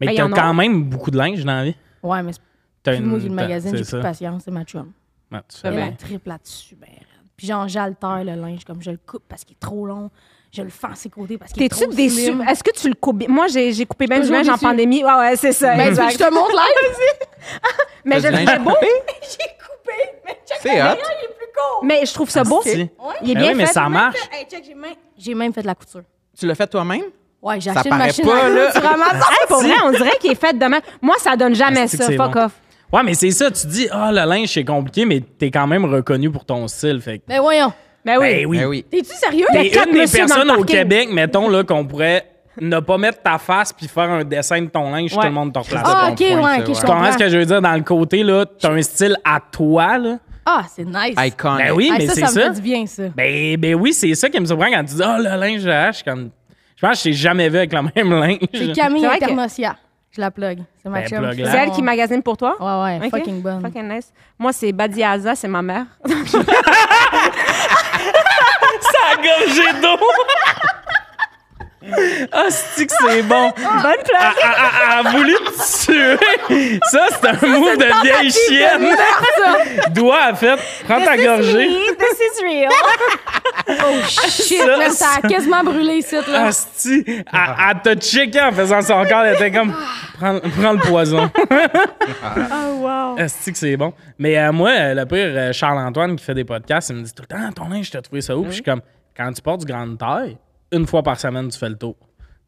A: Mais
C: Ben, y
A: t'as
C: en a-
A: quand même beaucoup de linge dans la vie.
D: Ouais, mais c'est
A: T'as
D: plus moi qui le
A: t'as-
D: magazine,
A: c'est
D: j'ai plus
A: ça.
D: de patience, c'est ma chum.
A: Ouais, tu
C: Ah,
A: fais
D: Elle
A: bien.
D: la triple là-dessus, ben. raide. Puis genre, j'altère le linge, comme je le coupe parce qu'il est trop long, je le fends à ses côtés parce qu'il est
C: T'es-tu
D: trop
C: déçu?
D: slim.
C: Est-ce que tu le coupes? bien? Moi, j'ai j'ai coupé même du
D: Toujours
C: linge en
D: déçu.
C: pandémie. Ouais, ouais, c'est ça.
D: Ben, tu veux que
C: exact.
D: je te montre là?
C: Mais je
B: T'as
C: le
B: Ben, du linge
C: trouvais beau.
B: coupé?
D: J'ai coupé, mais check
B: C'est
D: la
B: hot.
D: manière, il est plus court.
C: Mais je trouve ça beau.
B: si.
C: Il est
A: Ben
C: bien
A: oui, mais
C: fait.
A: ça marche.
D: Hey, check, j'ai même... J'ai même fait de la couture.
B: Tu l'as fait toi-même?
D: Ouais, j'ai
B: Ça
D: acheté une
B: paraît
D: machine
B: pas,
D: à
B: là.
D: coudre, tu ramasses-
C: Hey, pour vrai, on dirait qu'il est fait de même. Moi, ça donne jamais
A: Est-ce que
C: ça.
A: c'est
C: Fuck
A: bon?
C: off.
A: Ouais, mais c'est ça, tu dis, ah, le linge, c'est compliqué, mais t'es quand même reconnu pour ton style. Fait que-
D: Ben voyons.
C: Ben oui.
A: Ben oui.
B: Ben oui.
D: T'es-tu sérieux?
A: T'es
C: quatre
A: une des
C: messieurs dans le
A: personnes au
C: parking.
A: Québec, mettons, là, qu'on pourrait ne pas mettre ta face puis faire un dessin de ton linge,
C: Ouais.
A: tout le monde te replace.
D: Ah,
B: bon
D: ok,
B: point, ça,
D: ouais, ok,
B: ouais.
D: je
A: Tu comprends
D: comprends.
A: ce que je veux dire? Dans le côté, là, t'as un style à toi, là.
D: Ah, c'est nice.
B: Iconic.
A: Ben oui,
D: Ah,
A: mais
D: ça,
A: c'est
D: ça
A: ça.
D: me fait du bien, ça.
A: Ben, ben oui, c'est ça qui me surprend quand tu dis Ah, le linge à hache. Comme... Je pense que je t'ai jamais vu avec le même linge.
D: C'est Camille
C: C'est vrai que-
D: Internocia. Je la plug. C'est ma
A: Ben,
D: chum.
A: plug-la.
C: C'est elle qui magasine pour toi?
D: Ouais, ouais,
C: Ok.
D: fucking bonne.
C: Fucking nice. Moi, c'est Badiaza, c'est ma mère.
A: Ça a gorgé Ah, d'eau! Ah, c'est que c'est bon!
C: Bonne
A: Elle
C: place.
A: elle- elle a voulu te tuer! Ça, c'est un move de vieille chienne! Doigt à fait, prends ta gorgée!
C: This is real.
D: Oh
C: Ah,
D: shit,
A: Ça,
D: là, ça
A: ça-
D: a quasiment brûlé ici,
A: Ah,
D: là.
A: Asti, elle elle t'a checké en faisant son corps, elle était comme prends, prends le poison.
C: Oh, wow.
A: Asti que c'est bon. Mais euh, moi, euh, le pire, euh, Charles-Antoine qui fait des podcasts, il me dit tout le temps, Ah, ton linge, je t'ai trouvé ça où? Puis je suis comme, quand tu portes du grande taille, une fois par semaine, tu fais le tour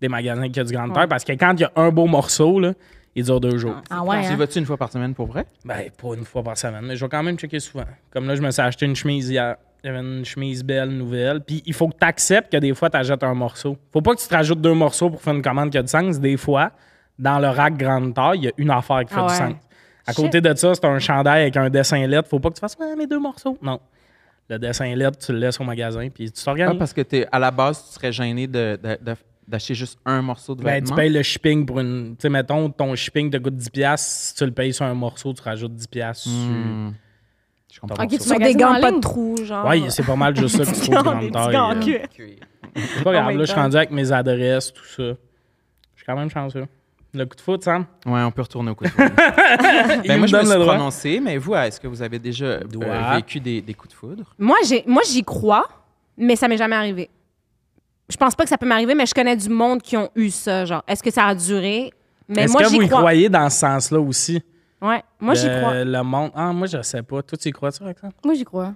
A: des magasins qui ont du grande taille parce que quand il y a un beau morceau, là, il dure deux jours.
D: Ah ouais,
B: Tu y
D: hein?
B: vas-tu une fois par semaine pour vrai?
A: Ben, pas une fois par semaine, mais je vais quand même checker souvent. Comme là, je me suis acheté une chemise hier. J'avais une chemise belle, nouvelle. Puis il faut que tu acceptes que des fois, tu un morceau. Faut pas que tu te rajoutes deux morceaux pour faire une commande qui a du sens. Des fois, dans le rack grande taille, il y a une affaire qui fait
C: Ah
A: du
C: ouais.
A: sens. À côté de ça, c'est un chandail avec un dessin lettre. Faut pas que tu fasses ah, mes deux morceaux. Non. Le dessin lettre, tu le laisses au magasin, puis tu
B: Ah,
A: t'organises.
B: parce que t'es, à la base, tu serais gêné de, de- de- d'acheter juste un morceau de
A: Ben, tu
B: vêtement.
A: payes le shipping pour une. Tu sais, mettons, ton shipping te coûte 10$. Si tu le payes sur un morceau, tu rajoutes 10$ sur.
B: Je comprends.
A: ton
D: Ok, tu
A: morceau.
C: Sur des
D: magasines en
C: gants pas de
D: ligne?
C: trous, genre.
A: Ouais, c'est pas mal juste ça que tu trouves grande taille. là. C'est pas grave,
C: my
A: là, je suis
C: God.
A: rendu avec mes adresses, tout ça. Je suis quand même chanceux. Le coup de foot, Sam.
B: Ouais, on peut retourner au coup de foudre. ben,
A: Il
B: moi,
A: me
B: je me
A: donne
B: suis
A: le droit.
B: prononcé, mais vous, est-ce que vous avez déjà euh,
A: Doigt.
B: vécu des, des coups de foudre?
C: Moi, j'ai, moi, j'y crois, mais ça m'est jamais arrivé. Je pense pas que ça peut m'arriver, mais je connais du monde qui ont eu ça. Genre, est-ce que ça a duré? Mais
A: Est-ce
C: moi,
A: que
C: j'y
A: vous y
C: crois.
A: croyez dans ce sens-là aussi?
C: Ouais, moi, j'y
A: Le-
C: crois.
A: Le monde. Ah, moi, je sais pas. Toi, tu y crois-tu, Roxane?
D: Moi, j'y crois.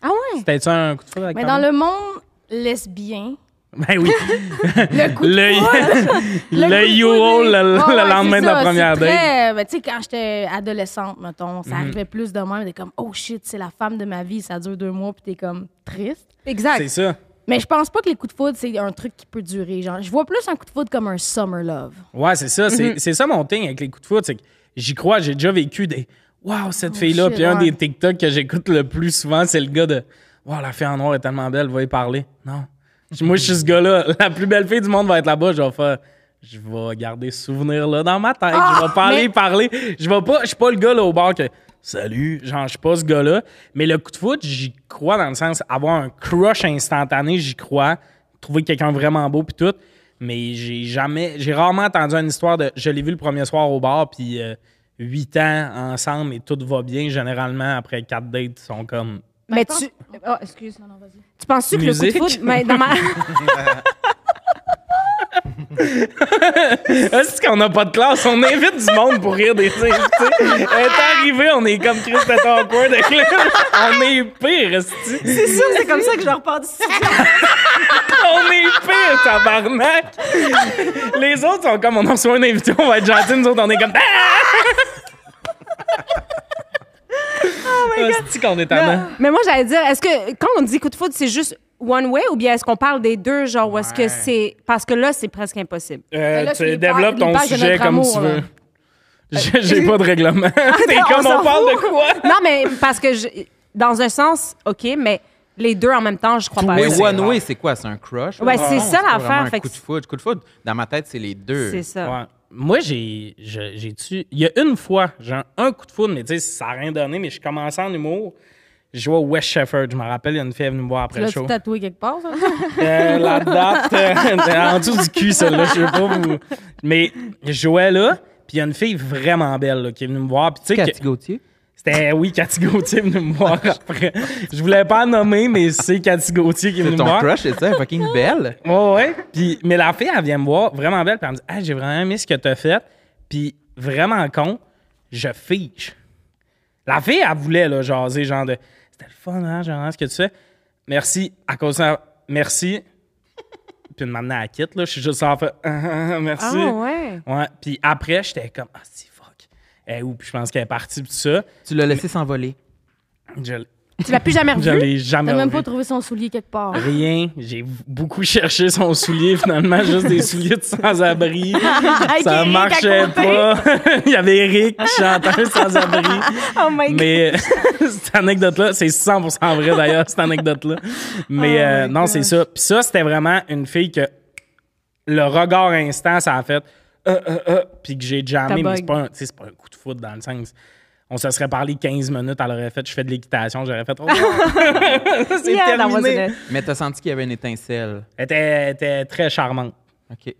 C: Ah ouais?
A: T'as-tu un coup de foot avec
D: Mais
A: ta
D: dans
A: mère?
D: le monde lesbien,
A: Ben oui. le coup de Le,
D: coup de
A: you
D: foudre,
A: all le, le
D: ouais, ouais,
A: lendemain
D: c'est
A: de la
D: ça,
A: première
D: c'est
A: date. Mhm.
D: très- ben, tu sais, quand j'étais adolescente, mettons, ça arrivait plus de moi, t'es comme, oh shit, c'est la femme de ma vie, ça dure deux mois, puis t'es comme triste.
A: C'est
C: Exact.
A: ça.
D: Mais je pense pas que les coups de foudre, c'est un truc qui peut durer. Genre, je vois plus un coup de foudre comme un summer love.
A: Ouais, c'est ça.
D: Mm-hmm.
A: C'est c'est ça mon thing avec les coups de foot. C'est que j'y crois. J'ai déjà vécu des Waouh, cette fille-là.
D: Oh, shit,
A: Puis un
D: ouais.
A: des TikTok que j'écoute le plus souvent, c'est le gars de Waouh, la fille en noir est tellement belle, va y parler. Non. Je- Moi, je suis ce gars-là. La plus belle fille du monde va être là-bas. Je vais faire. Je vais garder ce souvenir-là dans ma tête. je vais pas aller parler. Je vais pas. Je suis pas le gars là au bar que. Salut, genre, je suis pas ce gars-là. Mais le coup de foot, j'y crois dans le sens avoir un crush instantané, j'y crois. Trouver quelqu'un vraiment beau, puis tout. Mais j'ai jamais, j'ai rarement entendu une histoire de je l'ai vu le premier soir au bar, puis euh, huit ans ensemble et tout va bien. Généralement, après quatre dates, ils sont comme.
C: Mais tu. Oh, excuse.
D: Non, non, vas-y.
C: Tu penses-tu que le coup de
A: Musique.
C: foudre. mais dans ma-
A: Est-ce qu'on n'a pas de classe? On invite du monde pour rire des invités. Elle est arrivée, on est comme Chris de Awkward. avec le- On est pire, esti.
C: C'est sûr, c'est comme ça que je repars du
A: On est pire, tabarnak. Les autres sont comme, on a reçu un invité, on va être gentil. Nous autres, on est comme... Ah! Oh my God. qu'on est tannant.
D: Oh
C: Mais moi, j'allais dire, est-ce que quand on dit coup de foudre, c'est juste one way ou bien est-ce qu'on parle des deux, genre, ou est-ce
A: Ouais.
C: que c'est. Parce que là, c'est presque impossible.
A: Euh,
D: là, c'est
A: tu
D: les
A: développes
D: pages-
A: ton
D: les pages de
A: sujet
D: notre
A: comme
D: amour,
A: tu
D: là. Ah,
A: veux. J'ai j'ai pas de règlement. T'es
C: on
A: comme on
C: s'en
A: parle de
C: fout.
A: quoi?
C: Non, mais parce que je- dans un sens, OK, mais les deux en même temps, je crois pas. à
B: Mais
C: ça.
A: c'est
B: One
A: rare.
B: Way, c'est quoi? C'est un crush?
C: Ouais,
B: Non,
C: c'est ça,
B: pas
C: l'affaire,
B: vraiment Un
C: fait
B: coup
C: que
B: de foudre. Coup de foudre, dans ma tête, c'est les deux.
C: C'est ça.
A: Ouais. Moi, j'ai, je- j'ai tu. Il y a une fois, j'ai un- un coup de foudre, mais tu sais, ça n'a rien donné, mais je commençais en humour. Je jouais au West Shepherd. Je me rappelle, il y a une fille elle est venue me voir après le
D: L'as-tu
A: show.
D: tatoué quelque part, ça?
A: Euh, la date, euh, en dessous du cul, celle-là, je sais pas vous. Mais je jouais là, puis il y a une fille vraiment belle là, qui est venue me voir. Puis tu sais, que-
B: Cathy Gauthier?
A: c'était, oui, Cathy Gauthier est venue me voir après. Je voulais pas la nommer, mais c'est Cathy Gauthier qui est venue
B: C'est
A: me
B: ton
A: voir.
B: crush, c'est ça? Fucking belle.
A: Ouais, ouais. Puis, mais la fille, elle vient me voir, vraiment belle, puis elle me dit Ah, j'ai vraiment aimé ce que t'as fait. Puis, vraiment con, je fiche. La fille, elle voulait là, jaser, genre de C'était le fun, hein, genre, ce que tu fais. Merci, à cause de ça, merci. puis, de m'amener à la quitte, là, je suis juste en fait Ah, ah, ah,
C: Ah,
A: Merci.
C: ouais.
A: ouais. Puis après, j'étais comme Ah, si, fuck. Elle est où? Puis, je pense qu'elle est partie, puis tout ça.
B: Tu l'as laissé s'envoler.
A: Je, l-
C: Tu l'as plus jamais
A: je
C: revu?
A: l'ai jamais Euh,
D: T'as même
A: revue.
D: pas trouvé son soulier quelque part.
A: Rien. J'ai beaucoup cherché son soulier, finalement, juste des souliers de sans-abri. Ça
C: Eric à
A: marchait
C: côté.
A: pas. Il y avait Eric qui chantait sans-abri.
C: Oh my God.
A: Mais euh, cette anecdote-là, c'est 100% vrai d'ailleurs, cette anecdote-là. Mais
C: Oh
A: euh,
C: my
A: non, c'est
C: gosh.
A: ça. Puis ça, c'était vraiment une fille que le regard instant, ça a fait euh, euh, euh, puis que j'ai jammé,
C: T'as
A: mais
C: bug.
A: c'est pas, un- tu sais, c'est pas un coup de foot dans le sens. On se serait parlé 15 minutes, elle aurait fait je fais de l'équitation, j'aurais fait oh, c'est
C: Yeah, that wasn't
A: terminé.
C: it.
B: Mais t'as senti qu'il y avait une étincelle.
A: Elle était, elle était très charmante.
B: OK.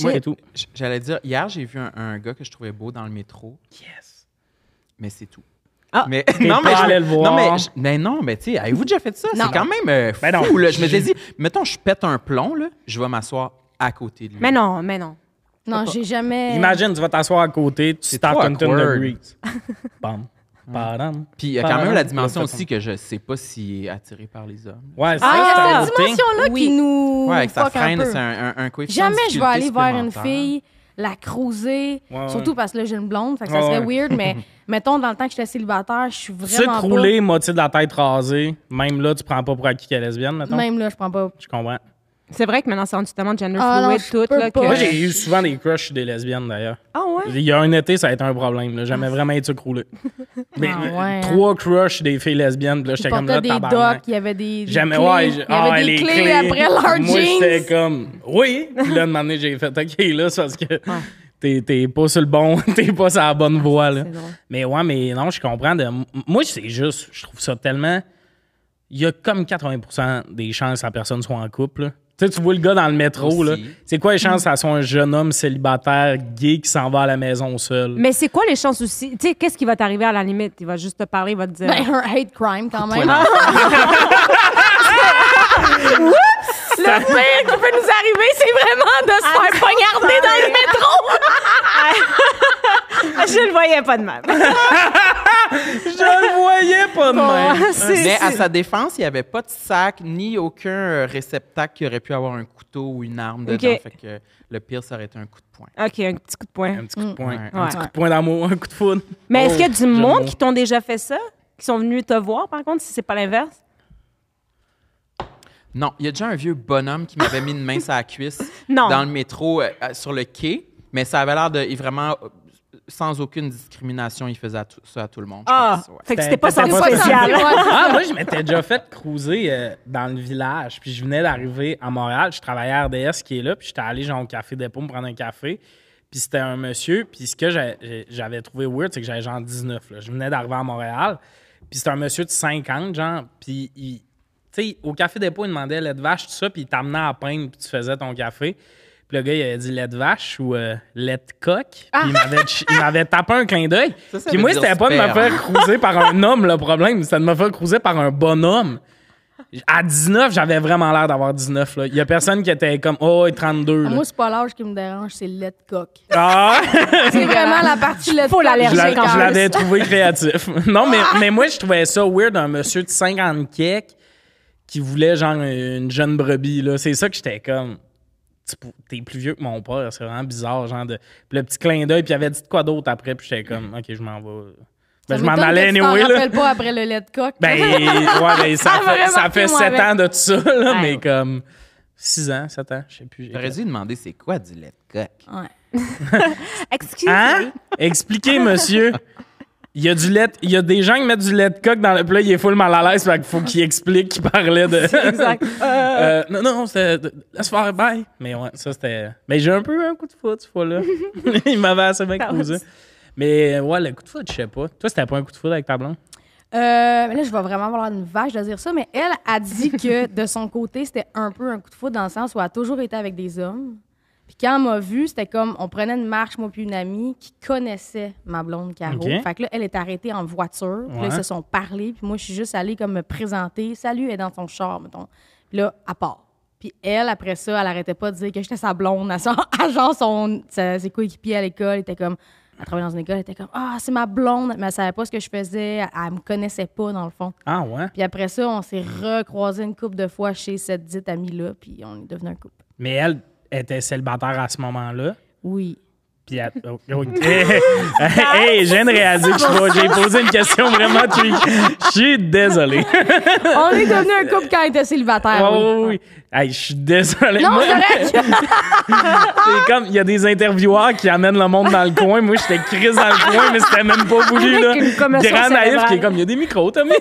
A: Moi, c'est tout.
B: J- J'allais dire, hier, j'ai vu un, un gars que je trouvais beau dans le métro,
A: Yes.
B: mais c'est tout.
C: Ah,
B: mais,
A: pas
B: je-
A: allé le voir.
B: Non, mais, je- mais non, mais tu sais, avez-vous déjà fait ça? C'est quand même euh, fou,
A: Ben non.
B: là. Je me suis dit, mettons, je pète un plomb, là, je vais m'asseoir à côté de lui.
C: Mais non, mais non.
D: Non, j'ai jamais.
A: Imagine, tu vas t'asseoir à côté, tu
B: C'est
A: tapes
B: trop
A: une tonne de
B: awkward.
A: Grease. Bam. Padam.
B: Puis il y a quand même la dimension
A: Ouais,
B: aussi que je sais pas s'il est attiré par les hommes.
A: Ouais, c'est
D: Ah, il y
A: ça, c'est
D: a
A: la
D: cette
A: beauté.
D: dimension-là
C: Oui.
D: qui nous.
B: Ouais, avec sa
D: fuck un
B: freine,
D: peu.
B: c'est un, un, un coefficient de
D: Jamais je vais aller
B: difficulté
D: vers une
B: supplémentaire.
D: fille, la cruiser,
A: Ouais, ouais.
D: surtout parce que là, j'ai une blonde, fait que ça
A: Ouais,
D: serait
A: ouais.
D: weird, mais mettons, dans le temps que j'étais célibataire, je suis vraiment
A: Sucre
D: pas...
A: roulé, moitié de la tête rasée. Même là, tu prends pas pour acquis qu'elle est lesbienne, mettons.
D: Même là, je prends pas...
A: Je comprends.
C: C'est vrai que maintenant, c'est rendu tellement gender
D: Ah, non,
C: fluid,
D: je
C: tout.
D: peux
C: Là,
D: pas.
C: que...
A: Moi, j'ai eu souvent des crushs sur des lesbiennes, d'ailleurs.
C: Ah, ouais.
A: Il y a un été, ça a été un problème. là. J'aimais vraiment être sucre roulé. Mais
D: Ah,
A: euh,
D: ouais, hein.
A: trois crushs sur des filles lesbiennes, puis là, j'étais
D: Je
A: comme là,
D: portais des
A: tabarnak.
D: docks, il y avait des, des
A: Jamais,
D: clés,
A: ouais,
D: il y
A: je-
D: avait
A: ah,
D: des
A: les
D: clés, après leur
A: Moi, j'étais
D: jeans.
A: comme, oui. Puis là, de moment donné, j'ai fait, OK, là, c'est parce que t'es- t'es pas sur le bon, t'es pas sur la bonne voie, là.
C: drôle.
A: Mais ouais, mais non, je comprends. de- m- moi, c'est juste, je trouve ça tellement. Il y a comme 80 des chances que la personne soit en couple, là. Tu sais, tu vois le gars dans le métro,
B: Aussi.
A: là. C'est quoi les chances que ça soit un jeune homme célibataire gay qui s'en va à la maison seul?
C: Mais c'est quoi les chances aussi? Tu sais, qu'est-ce qui va t'arriver à la limite? Il va juste te parler, il va te dire.
D: Ben, un hate crime, quand même.
B: dans
C: Le pire qui peut nous arriver, c'est vraiment de se faire poignarder dans le métro. Je le voyais pas de même.
A: Ah, je le voyais pas de même.
B: Mais à sa défense, il n'y avait pas de sac ni aucun euh, réceptacle qui aurait pu avoir un couteau ou une arme dedans.
C: Ok.
B: Fait que le pire, ça aurait été un coup de poing.
C: OK, un petit coup de poing.
A: Un petit coup de poing.
B: Mm. Ouais.
A: Un petit coup de poing d'amour, un coup de foudre.
C: Mais est-ce
A: Oh,
C: qu'il y a du
A: j'aime
C: monde
A: mon-
C: qui t'ont déjà fait ça? Qui sont venus te voir, par contre, si c'est pas l'inverse?
B: Non, il y a déjà un vieux bonhomme qui m'avait mis une main sur la cuisse
C: Non.
B: dans le métro, euh, euh, sur le quai, mais ça avait l'air de il vraiment, euh, sans aucune discrimination, il faisait à tout- ça à tout le monde. je
C: Ah!
B: pense, ouais.
C: Fait que c'était pas
A: T'étais
C: senti
A: Ben, pas senti.
C: spécial.
A: Ah, moi, je m'étais déjà fait cruiser euh, dans le village. Puis je venais d'arriver à Montréal. Je travaillais à RDS qui est là. Puis j'étais allé genre au Café Dépôt me prendre un café. Puis c'était un monsieur. Puis ce que j'ai- j'ai- j'avais trouvé weird, c'est que j'avais genre 19. Là. Je venais d'arriver à Montréal. Puis c'était un monsieur de 50, genre. Puis il. Tu sais, au Café Dépôt, il demandait lait de vache, tout ça. Puis il t'amenait à peindre. Puis tu faisais ton café. Puis le gars, il avait dit lait de vache ou euh, lait de coq. Puis il m'avait ch- il m'avait tapé un clin d'œil.
B: Ah! Ça, ça
A: Puis
B: veut
A: moi,
B: dire
A: c'était pas de me
B: sperme.
A: faire cruiser par un homme, le problème. C'était de me faire cruiser par un bonhomme. À 19, j'avais vraiment l'air d'avoir 19. Là. Il y a personne qui était comme, oh, 32.
B: Ah,
A: là.
D: Moi, c'est pas l'âge qui me dérange, c'est le lait de coq.
A: Ah!
D: C'est vraiment la partie lait de
C: Faut
D: coq.
C: l'allergie
A: Je l'a-
C: Allergique en
A: je
C: plus.
A: l'avais trouvé créatif. Non, mais, mais moi, je trouvais ça weird, un monsieur de 50 kek qui voulait, genre, une jeune brebis. là. C'est ça que j'étais comme. Tu pou- T'es plus vieux que mon père, c'est vraiment bizarre. Genre de... Puis le petit clin d'œil, puis il avait dit de quoi d'autre après, puis j'étais comme, OK, je m'en vais. Ben, je m'en
D: m'étonne
A: allais
D: que tu t'en
A: anyway, là.
D: rappelles pas après le lait de coq.
A: Ben, ouais, ben, ça
D: Ça m'a
A: fait, ça fait
D: vraiment pris, moi,
A: 7
D: avec.
A: ans de tout ça, là,
C: Ouais.
A: mais comme 6 ans, 7 ans, je sais plus. j'ai-
B: J'aurais dû demander c'est quoi du lait de coq.
D: Ouais.
C: Excuse
A: Hein? Expliquez, monsieur. Il y, a du lait, il y a des gens qui mettent du lait de coq dans le plat, il est full mal à l'aise, fait qu'il faut qu'il explique qu'il parlait de.
C: Exact.
A: Euh, non, non, c'était. de- Laisse faire, bye. Mais ouais, ça c'était. Mais j'ai un peu un coup de foot, ce fois-là. il m'avait assez bien
C: Ah,
A: causé.
C: ouais.
A: Mais ouais, le coup de foot, je sais pas. Toi, c'était pas un coup de foot avec ta blonde?
D: Euh, mais là, je vais vraiment avoir une vache de dire ça, mais elle a dit que de son côté, c'était un peu un coup de foudre dans le sens où elle a toujours été avec des hommes. Puis quand elle m'a vue, c'était comme on prenait une marche, moi puis une amie qui connaissait ma blonde Caro.
A: Ok.
D: Fait que là, elle est arrêtée en voiture. Puis là,
A: Ouais.
D: ils se sont parlé. Puis moi, je suis juste allée comme me présenter. Salut, elle est dans son char, mettons. Puis là, à part. Puis elle, après ça, elle arrêtait pas de dire que j'étais sa blonde. À, son, à genre son, sa- ses coéquipiers à l'école, elle était comme. Elle travaillait dans une école, elle était comme Ah, c'est ma blonde. Mais elle savait pas ce que je faisais. Elle, elle me connaissait pas, dans le fond.
A: Ah ouais?
D: Puis après ça, on s'est recroisé une couple de fois chez cette dite amie-là. Puis on est devenu un couple.
A: Mais elle était célibataire à ce moment-là.
D: Oui.
A: Puis elle... oh, oh, hey, hey, je viens de réaliser que je suis pas- j'ai posé une question vraiment tricky. Je suis désolé.
D: on est devenu un couple quand elle était célibataire.
A: Oh,
D: Ah oui.
A: oui. Hey, je suis désolé.
D: Non,
A: Moi,
D: c'est vrai.
A: c'est comme, il y a des intervieweurs qui amènent le monde dans le coin. Moi, j'étais crise dans le coin, mais c'était même pas voulu.
C: Avec
A: Là.
C: une commotion
A: Grand naïf
C: cérébrale.
A: qui est comme, il y a des micros, Tommy.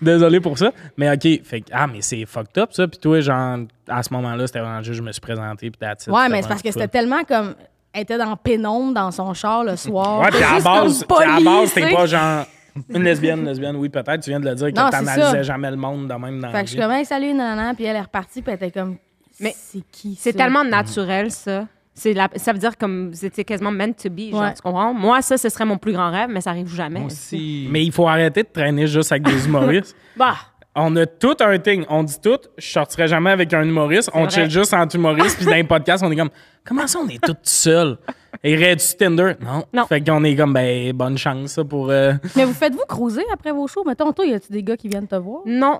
A: désolé pour ça. Mais OK, fait que, ah, mais c'est fucked up, ça. Puis toi, genre, à ce moment-là, c'était vraiment juste, je me suis présenté, puis t'as
D: Ouais, mais c'est parce que c'était tellement comme. Elle était dans pénombre dans son char le soir.
A: Ouais, puis à la
D: Juste
A: base,
D: comme
A: puis à la
D: polie,
A: base,
D: tu
A: t'es
D: sais.
A: pas genre une lesbienne, lesbienne, oui, peut-être. Tu viens de le dire que
D: Non, c'est
A: t'analysais
D: ça.
A: jamais le monde de même dans
D: Fait
A: la
D: que je
A: vie.
D: suis comme, hey, salut, nanana. Puis elle est repartie, puis elle était comme,
C: Mais
D: mais c'est qui?
C: C'est
D: ça?
C: tellement naturel, ça. C'est la- ça veut dire comme vous étiez quasiment meant to be, genre,
D: Ouais.
C: tu comprends? Moi, ça, ce serait mon plus grand rêve, mais ça arrive jamais.
B: Moi aussi.
A: Mais il faut arrêter de traîner juste avec des humoristes.
C: Bah!
A: On a tout un thing. On dit tout, je sortirai jamais avec un humoriste. On
C: vrai.
A: chill juste entre humoristes, puis dans les podcasts, on est comme, comment ça, on est tous seuls? Irais-tu Tinder? Non.
C: Non.
A: Fait qu'on est comme, ben, bonne chance, ça, pour. euh,
D: Mais vous faites-vous cruiser après vos shows? Mettons, toi, y a-tu des gars qui viennent te voir?
C: Non.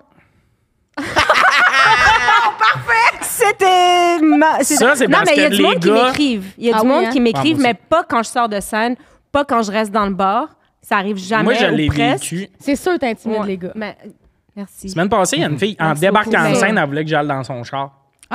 C: C'était ma-
A: Ça, c'est
C: Non,
A: parce
C: mais il y a
A: que
C: du monde qui
A: les gars-
C: m'écrivent. Il y a
D: Ah
C: du
D: oui,
C: monde
D: hein?
C: qui m'écrivent,
A: Ah, moi
C: mais pas quand je sors de scène, pas quand je reste dans le bar. Ça arrive jamais.
A: moi, je
C: ou
A: l'ai
C: presque.
A: vécu.
D: C'est sûr, t'intimides
C: Ouais,
D: les gars.
C: mais- Merci.
A: Semaine passée, il y a une fille, en
C: Merci
A: débarquant
C: beaucoup.
A: en
C: Mais-
A: scène, elle voulait que j'aille dans son char.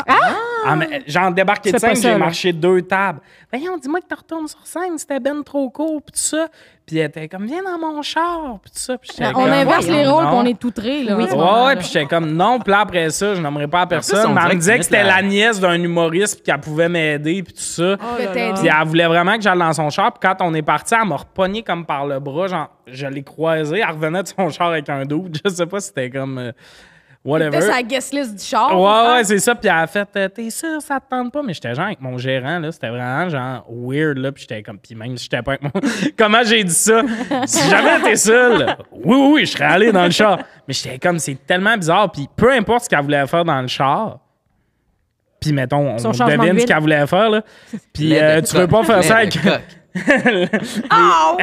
A: Ah! mais, genre, débarqué de
C: Tu fais
A: scène,
C: pas ça,
A: j'ai
C: là.
A: marché deux tables. Voyons, dis-moi que tu retournes sur scène, c'était ben trop court, pis tout ça. Puis elle était comme, viens dans mon char, pis tout ça. Puis j'étais
D: on
A: comme,
D: inverse les
A: voyons
D: rôles, puis
A: donc.
D: on est outrés, là. en ce
A: Ouais,
D: moment,
A: ouais,
D: là.
A: puis j'étais comme non, puis là, après ça, je n'aimerais pas à personne.
B: on
A: Mais elle
B: dirait
A: me disait
B: qu'ils
A: que c'était
B: mettent la-
A: la nièce d'un humoriste, puis qu'elle pouvait m'aider, puis tout ça.
D: Peut-être.
A: Puis elle voulait vraiment que j'aille dans son char. Puis quand on est parti, elle m'a repogné comme par le bras. Genre, je l'ai croisé. Elle revenait de son char avec un dos. Je sais pas si c'était comme. euh, whatever.
D: C'était sa guest list du
C: Ah,
D: char. Ah,
A: Ouais, ouais, c'est ça. Puis elle a fait, euh, t'es sûr, ça te tente pas? Mais j'étais genre avec mon gérant, là. C'était vraiment genre weird, là. Puis j'étais comme, puis même si j'étais pas avec mon. Comment j'ai dit ça? Si jamais t'es seul, oui, oui, oui, je serais allé dans le char. Mais j'étais comme, c'est tellement bizarre. Puis peu importe ce qu'elle voulait faire dans le char. Puis mettons, on
C: Son changement
A: devine
C: d'huile.
A: ce qu'elle voulait faire, là. Puis
B: Lait de
A: euh, tu veux
B: coq.
A: pas faire ça
B: Lait de
A: avec.
B: coq.
A: Ah,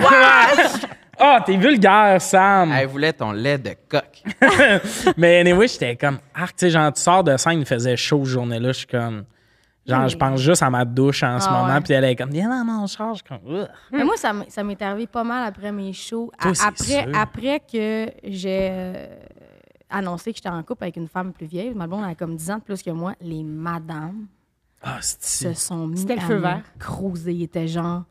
A: Ah, t'es vulgaire, Sam!
B: Elle voulait ton lait de coq.
A: Mais anyway, j'étais comme, arc, tu sais, genre, tu sors de scène, il faisait chaud cette journée-là, je suis comme, genre, je pense juste à ma douche en ce
D: Ah
A: moment,
D: ouais.
A: puis elle est comme, viens dans mon char, je suis comme, Ugh.
D: Mais moi, ça m'est- ça m'est arrivé pas mal après mes shows.
A: Hmm. Toi,
D: À-
A: c'est
D: après,
A: sûr.
D: après que j'ai euh, annoncé que j'étais en couple avec une femme plus vieille, ma blonde elle a comme 10 ans de plus que moi, les madames
A: Ah,
D: se
A: c'est
D: sont mis
C: C'était le
D: à
C: feu
D: me
C: vert.
D: cruiser. Ils étaient genre,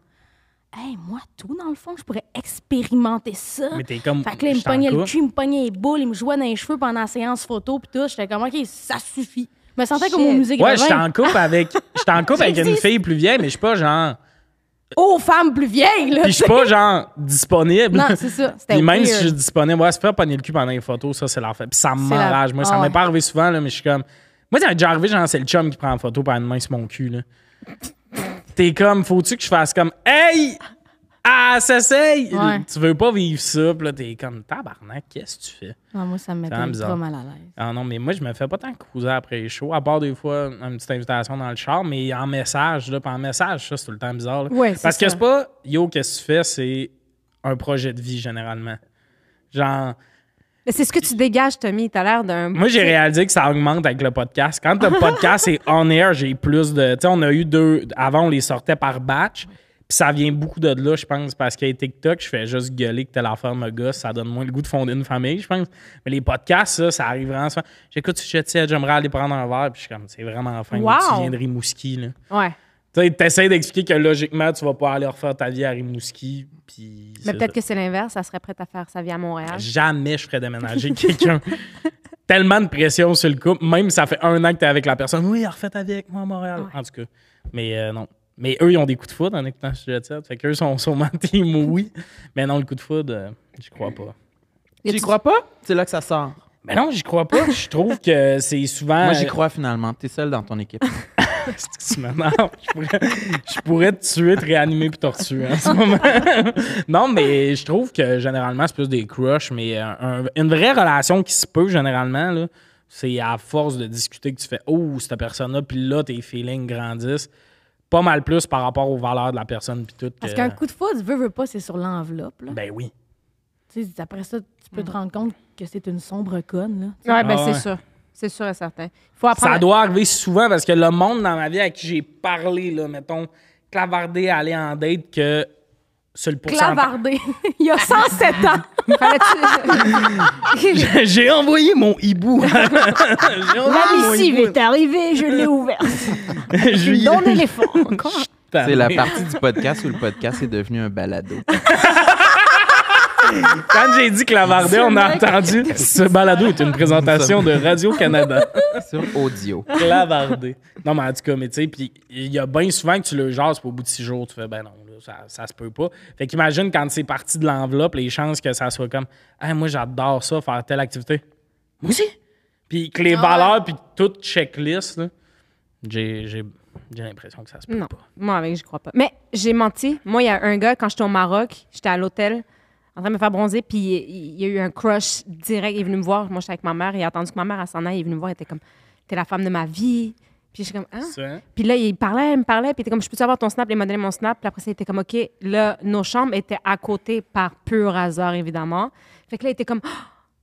D: hey, moi, tout dans le fond, je pourrais expérimenter ça.
A: Mais t'es comme,
D: Fait que là,
A: je
D: ils me
A: suis en
D: pognaient le
A: couple.
D: cul, ils me pognaient les boules, ils me jouaient dans les cheveux pendant la séance photo, puis tout. J'étais comme, OK, ça suffit. Je me sentais comme au
C: Shit.
D: musée
A: Ouais,
D: Grévin.
A: j'étais en couple avec, j'étais en couple avec une
D: J'existe.
A: fille plus vieille, mais je suis pas genre,
D: Oh, femme plus vieille, là!
A: puis je suis pas genre disponible.
D: Non, c'est ça. C'était
A: Puis même
D: weird.
A: si je suis disponible, ouais, se faire pogner le cul pendant les photos, ça, c'est l'enfer. Puis ça m'enrage. Moi,
D: la-
A: ça
D: Ah
A: m'est
D: ouais.
A: pas arrivé souvent, là, mais je suis comme. Moi, ça m'est déjà arrivé, genre, c'est le chum qui prend en photo par une main sur mon cul, là. T'es comme, faut-tu que je fasse comme, hey! Ah, s'essaye!
D: Ouais.
A: Tu veux pas vivre ça, pis là, t'es comme, tabarnak, qu'est-ce que tu fais?
D: Non, moi, ça me
A: vraiment
D: mettait
A: bizarre.
D: trop mal à l'aise.
A: Ah non, mais moi, je me fais pas tant cruiser après les shows, à part des fois une petite invitation dans le char, mais en message, là, pis en message, ça, c'est tout le temps bizarre. là.
D: Ouais, c'est
A: Parce que
D: ça.
A: c'est pas, yo, qu'est-ce que tu fais, c'est un projet de vie, généralement. Genre,
C: Mais C'est ce que tu dégages, Tommy. T'as l'air d'un.
A: Moi, j'ai réalisé que ça augmente avec le podcast. Quand le podcast est on air, j'ai plus de. Tu sais, on a eu deux. Avant, on les sortait par batch. Puis ça vient beaucoup de là, je pense, parce que TikTok, je fais juste gueuler que telle affaire me gosse, ça donne moins le goût de fonder une famille, je pense. Mais les podcasts, ça, ça arrive vraiment souvent. J'écoute Sujet tiède, j'aimerais aller prendre un verre, puis je suis comme, c'est vraiment fin,
C: Wow!
A: tu viens de Rimouski, là.
C: Ouais.
A: Tu sais, t'essaies d'expliquer que logiquement, tu vas pas aller refaire ta vie à Rimouski, puis...
C: Mais
A: c'est
C: peut-être
A: ça.
C: que c'est l'inverse, ça serait prête à faire sa vie à Montréal.
A: Jamais je ferais déménager quelqu'un. Tellement de pression sur le couple, même si ça fait un an que t'es avec la personne. Oui, refais ta vie avec moi à Montréal. En tout cas, mais euh, non. Mais eux, ils ont des coups de foudre en écoutant Sujet de Fait qu'eux sont sûrement team oui. Mais non, le coup de foudre, euh, j'y crois pas.
B: Tu y crois pas? C'est là que ça sort.
A: Mais non, j'y crois pas. Je trouve que c'est souvent.
B: Moi, j'y crois finalement. T'es seul dans ton équipe.
A: Tu m'énerves. Je pourrais, je pourrais te tuer, te réanimer puis te retuer en ce moment. non, mais je trouve que généralement, c'est plus des crushs, mais euh, un- une vraie relation qui se peut généralement, là, c'est à force de discuter que tu fais Oh, cette personne-là, puis là, tes feelings grandissent. Pas mal plus par rapport aux valeurs de la personne puis tout.
D: Parce
A: que-
D: qu'un coup de foudre, veut, veut pas, c'est sur l'enveloppe. là.
A: Ben oui.
D: Tu sais, après ça, tu peux te rendre compte que c'est une sombre conne. Là.
C: Ouais, ben
A: Ah ouais.
C: c'est sûr. C'est sûr et certain. Faut apprendre.
A: Ça doit arriver souvent parce que le monde dans ma vie à qui j'ai parlé, là, mettons, clavardé, aller en date, que sur le pourcentage.
D: Clavardé. Il y a 107 ans.
C: Fallait-tu-
A: J'ai envoyé mon hibou. J'ai
D: Ah,
A: envoyé mon hibou.
C: est arrivée, je l'ai ouverte.
A: Je lui-
C: éléphant.
A: Putain,
B: C'est la
A: Ah, mais
B: partie du podcast où le podcast est devenu un balado.
A: Quand j'ai dit clavardé, on a entendu. Ce balado est une présentation de Radio-Canada.
B: Sur audio.
A: clavardé. Non, mais en tout cas, mais tu sais, puis il y a bien souvent que tu le jases, puis au bout de six jours, tu fais, ben non, là, ça, ça se peut pas. Fait qu'imagine quand c'est parti de l'enveloppe, les chances que ça soit comme, hey, moi, j'adore ça, faire telle activité. Moi aussi. Puis que les valeurs, puis toute checklist, là, j'ai j'ai- j'ai l'impression que ça se peut
C: Non, Ah.
A: pas.
C: moi avec, j'y crois pas. Mais j'ai menti. Moi, il y a un gars, quand j'étais au Maroc, j'étais à l'hôtel en train de me faire bronzer, puis il il y a eu un crush direct. Il est venu me voir. Moi, j'étais avec ma mère. Il a attendu que ma mère elle s'en aille. Il est venu me voir. Il était comme, t'es la femme de ma vie. Puis je suis comme, hein?
A: Ça, hein?
C: Puis là, il parlait, il me parlait, puis il était comme, je peux savoir ton snap, il m'a donné mon snap. Puis après ça, il était comme, OK, là, nos chambres étaient à côté par pur hasard, évidemment. Fait que là, il était comme, Ah!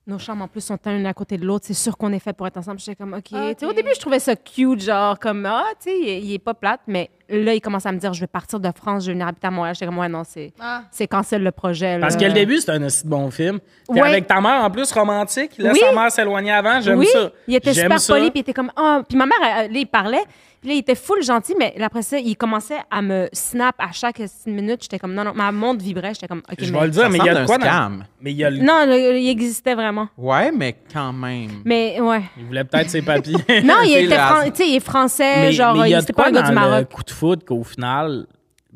C: nos chambres en plus sont l'une à côté de l'autre, c'est sûr qu'on est fait pour être ensemble. J'étais comme, OK. Tu sais, Au début, je trouvais ça cute, genre, comme, ah, tu sais, il, est- il est pas plate, mais là, il commence à me dire, je vais partir de France, je vais venir habiter à Montréal. J'étais comme, ouais, non, c'est c'est cancel le projet. là.
A: Parce que le début, c'est un aussi bon film. Puis
C: Euh. Ouais.
A: avec ta mère, en plus, romantique, laisse
C: Oui.
A: sa mère s'éloigner avant, j'aime
C: oui,
A: ça.
C: il était
A: J'aime
C: super
A: ça.
C: poli, puis il était comme ah, puis ma mère elle, elle, là, il parlait, puis là il était full gentil, mais après ça il commençait à me snap à chaque minute, j'étais comme non non, ma montre vibrait, j'étais comme ok
A: Je
C: mais-
A: vais le dire,
B: Ça
A: mais il y a
B: semble
A: de
B: un
A: quoi dans-
B: scam.
A: Mais il y a le-
C: non, le- il existait vraiment,
B: Ouais, mais quand même.
C: mais ouais,
A: Il voulait peut-être ses papiers.
C: non il
B: C'est
C: était
B: le
C: fran-
B: hasard.
C: tu sais il est français,
A: mais
C: genre
A: mais il y a de
C: c'était pas
A: quoi
C: un gars
A: dans
C: du
A: le
C: Maroc,
A: coup de foot qu'au final,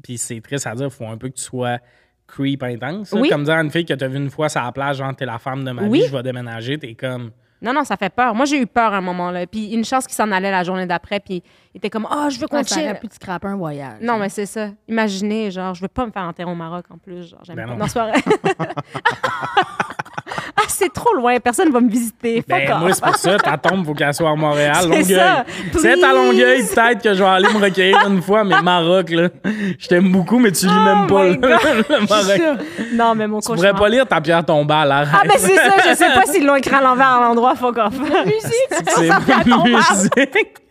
A: puis c'est triste à dire, faut un peu que tu sois creep intense. là.
C: Oui.
A: Comme dire à une fille que t'as vu une fois sur la plage, genre t'es la femme de ma
C: Oui.
A: vie, je vais déménager, t'es comme...
C: non non ça fait peur, moi j'ai eu peur à un moment là, puis une chance qu'il s'en allait la journée d'après, puis il était comme ah je veux qu'on
D: Ouais, ça
C: chill.
D: aurait pu te scraper un voyage.
C: Non, mais c'est ça. Imaginez, genre, je veux pas me faire enterrer au Maroc en plus. Genre, j'aime
A: Ben
C: pas.
A: non.
C: Non, c'est pas vrai. ah, c'est trop loin. Personne va me visiter. Fuck
A: Ben,
C: off.
A: moi, c'est pour ça, ta tombe, faut qu'elle soit à Montréal,
C: C'est ça,
A: Longueuil. C'est à
C: please.
A: Longueuil, peut-être que je vais aller me recueillir une fois, mais Maroc, là, je t'aime beaucoup, mais tu lis même pas,
C: Oh my
A: là, le Maroc.
C: Non, mais mon
A: Tu pourrais
C: cauchemar.
A: pas lire ta pierre tombale, arrête.
C: Ah, ben c'est ça. Je sais pas s'ils l'ont écrit à l'envers à l'endroit. Fuck off. musique.
A: c'est musique.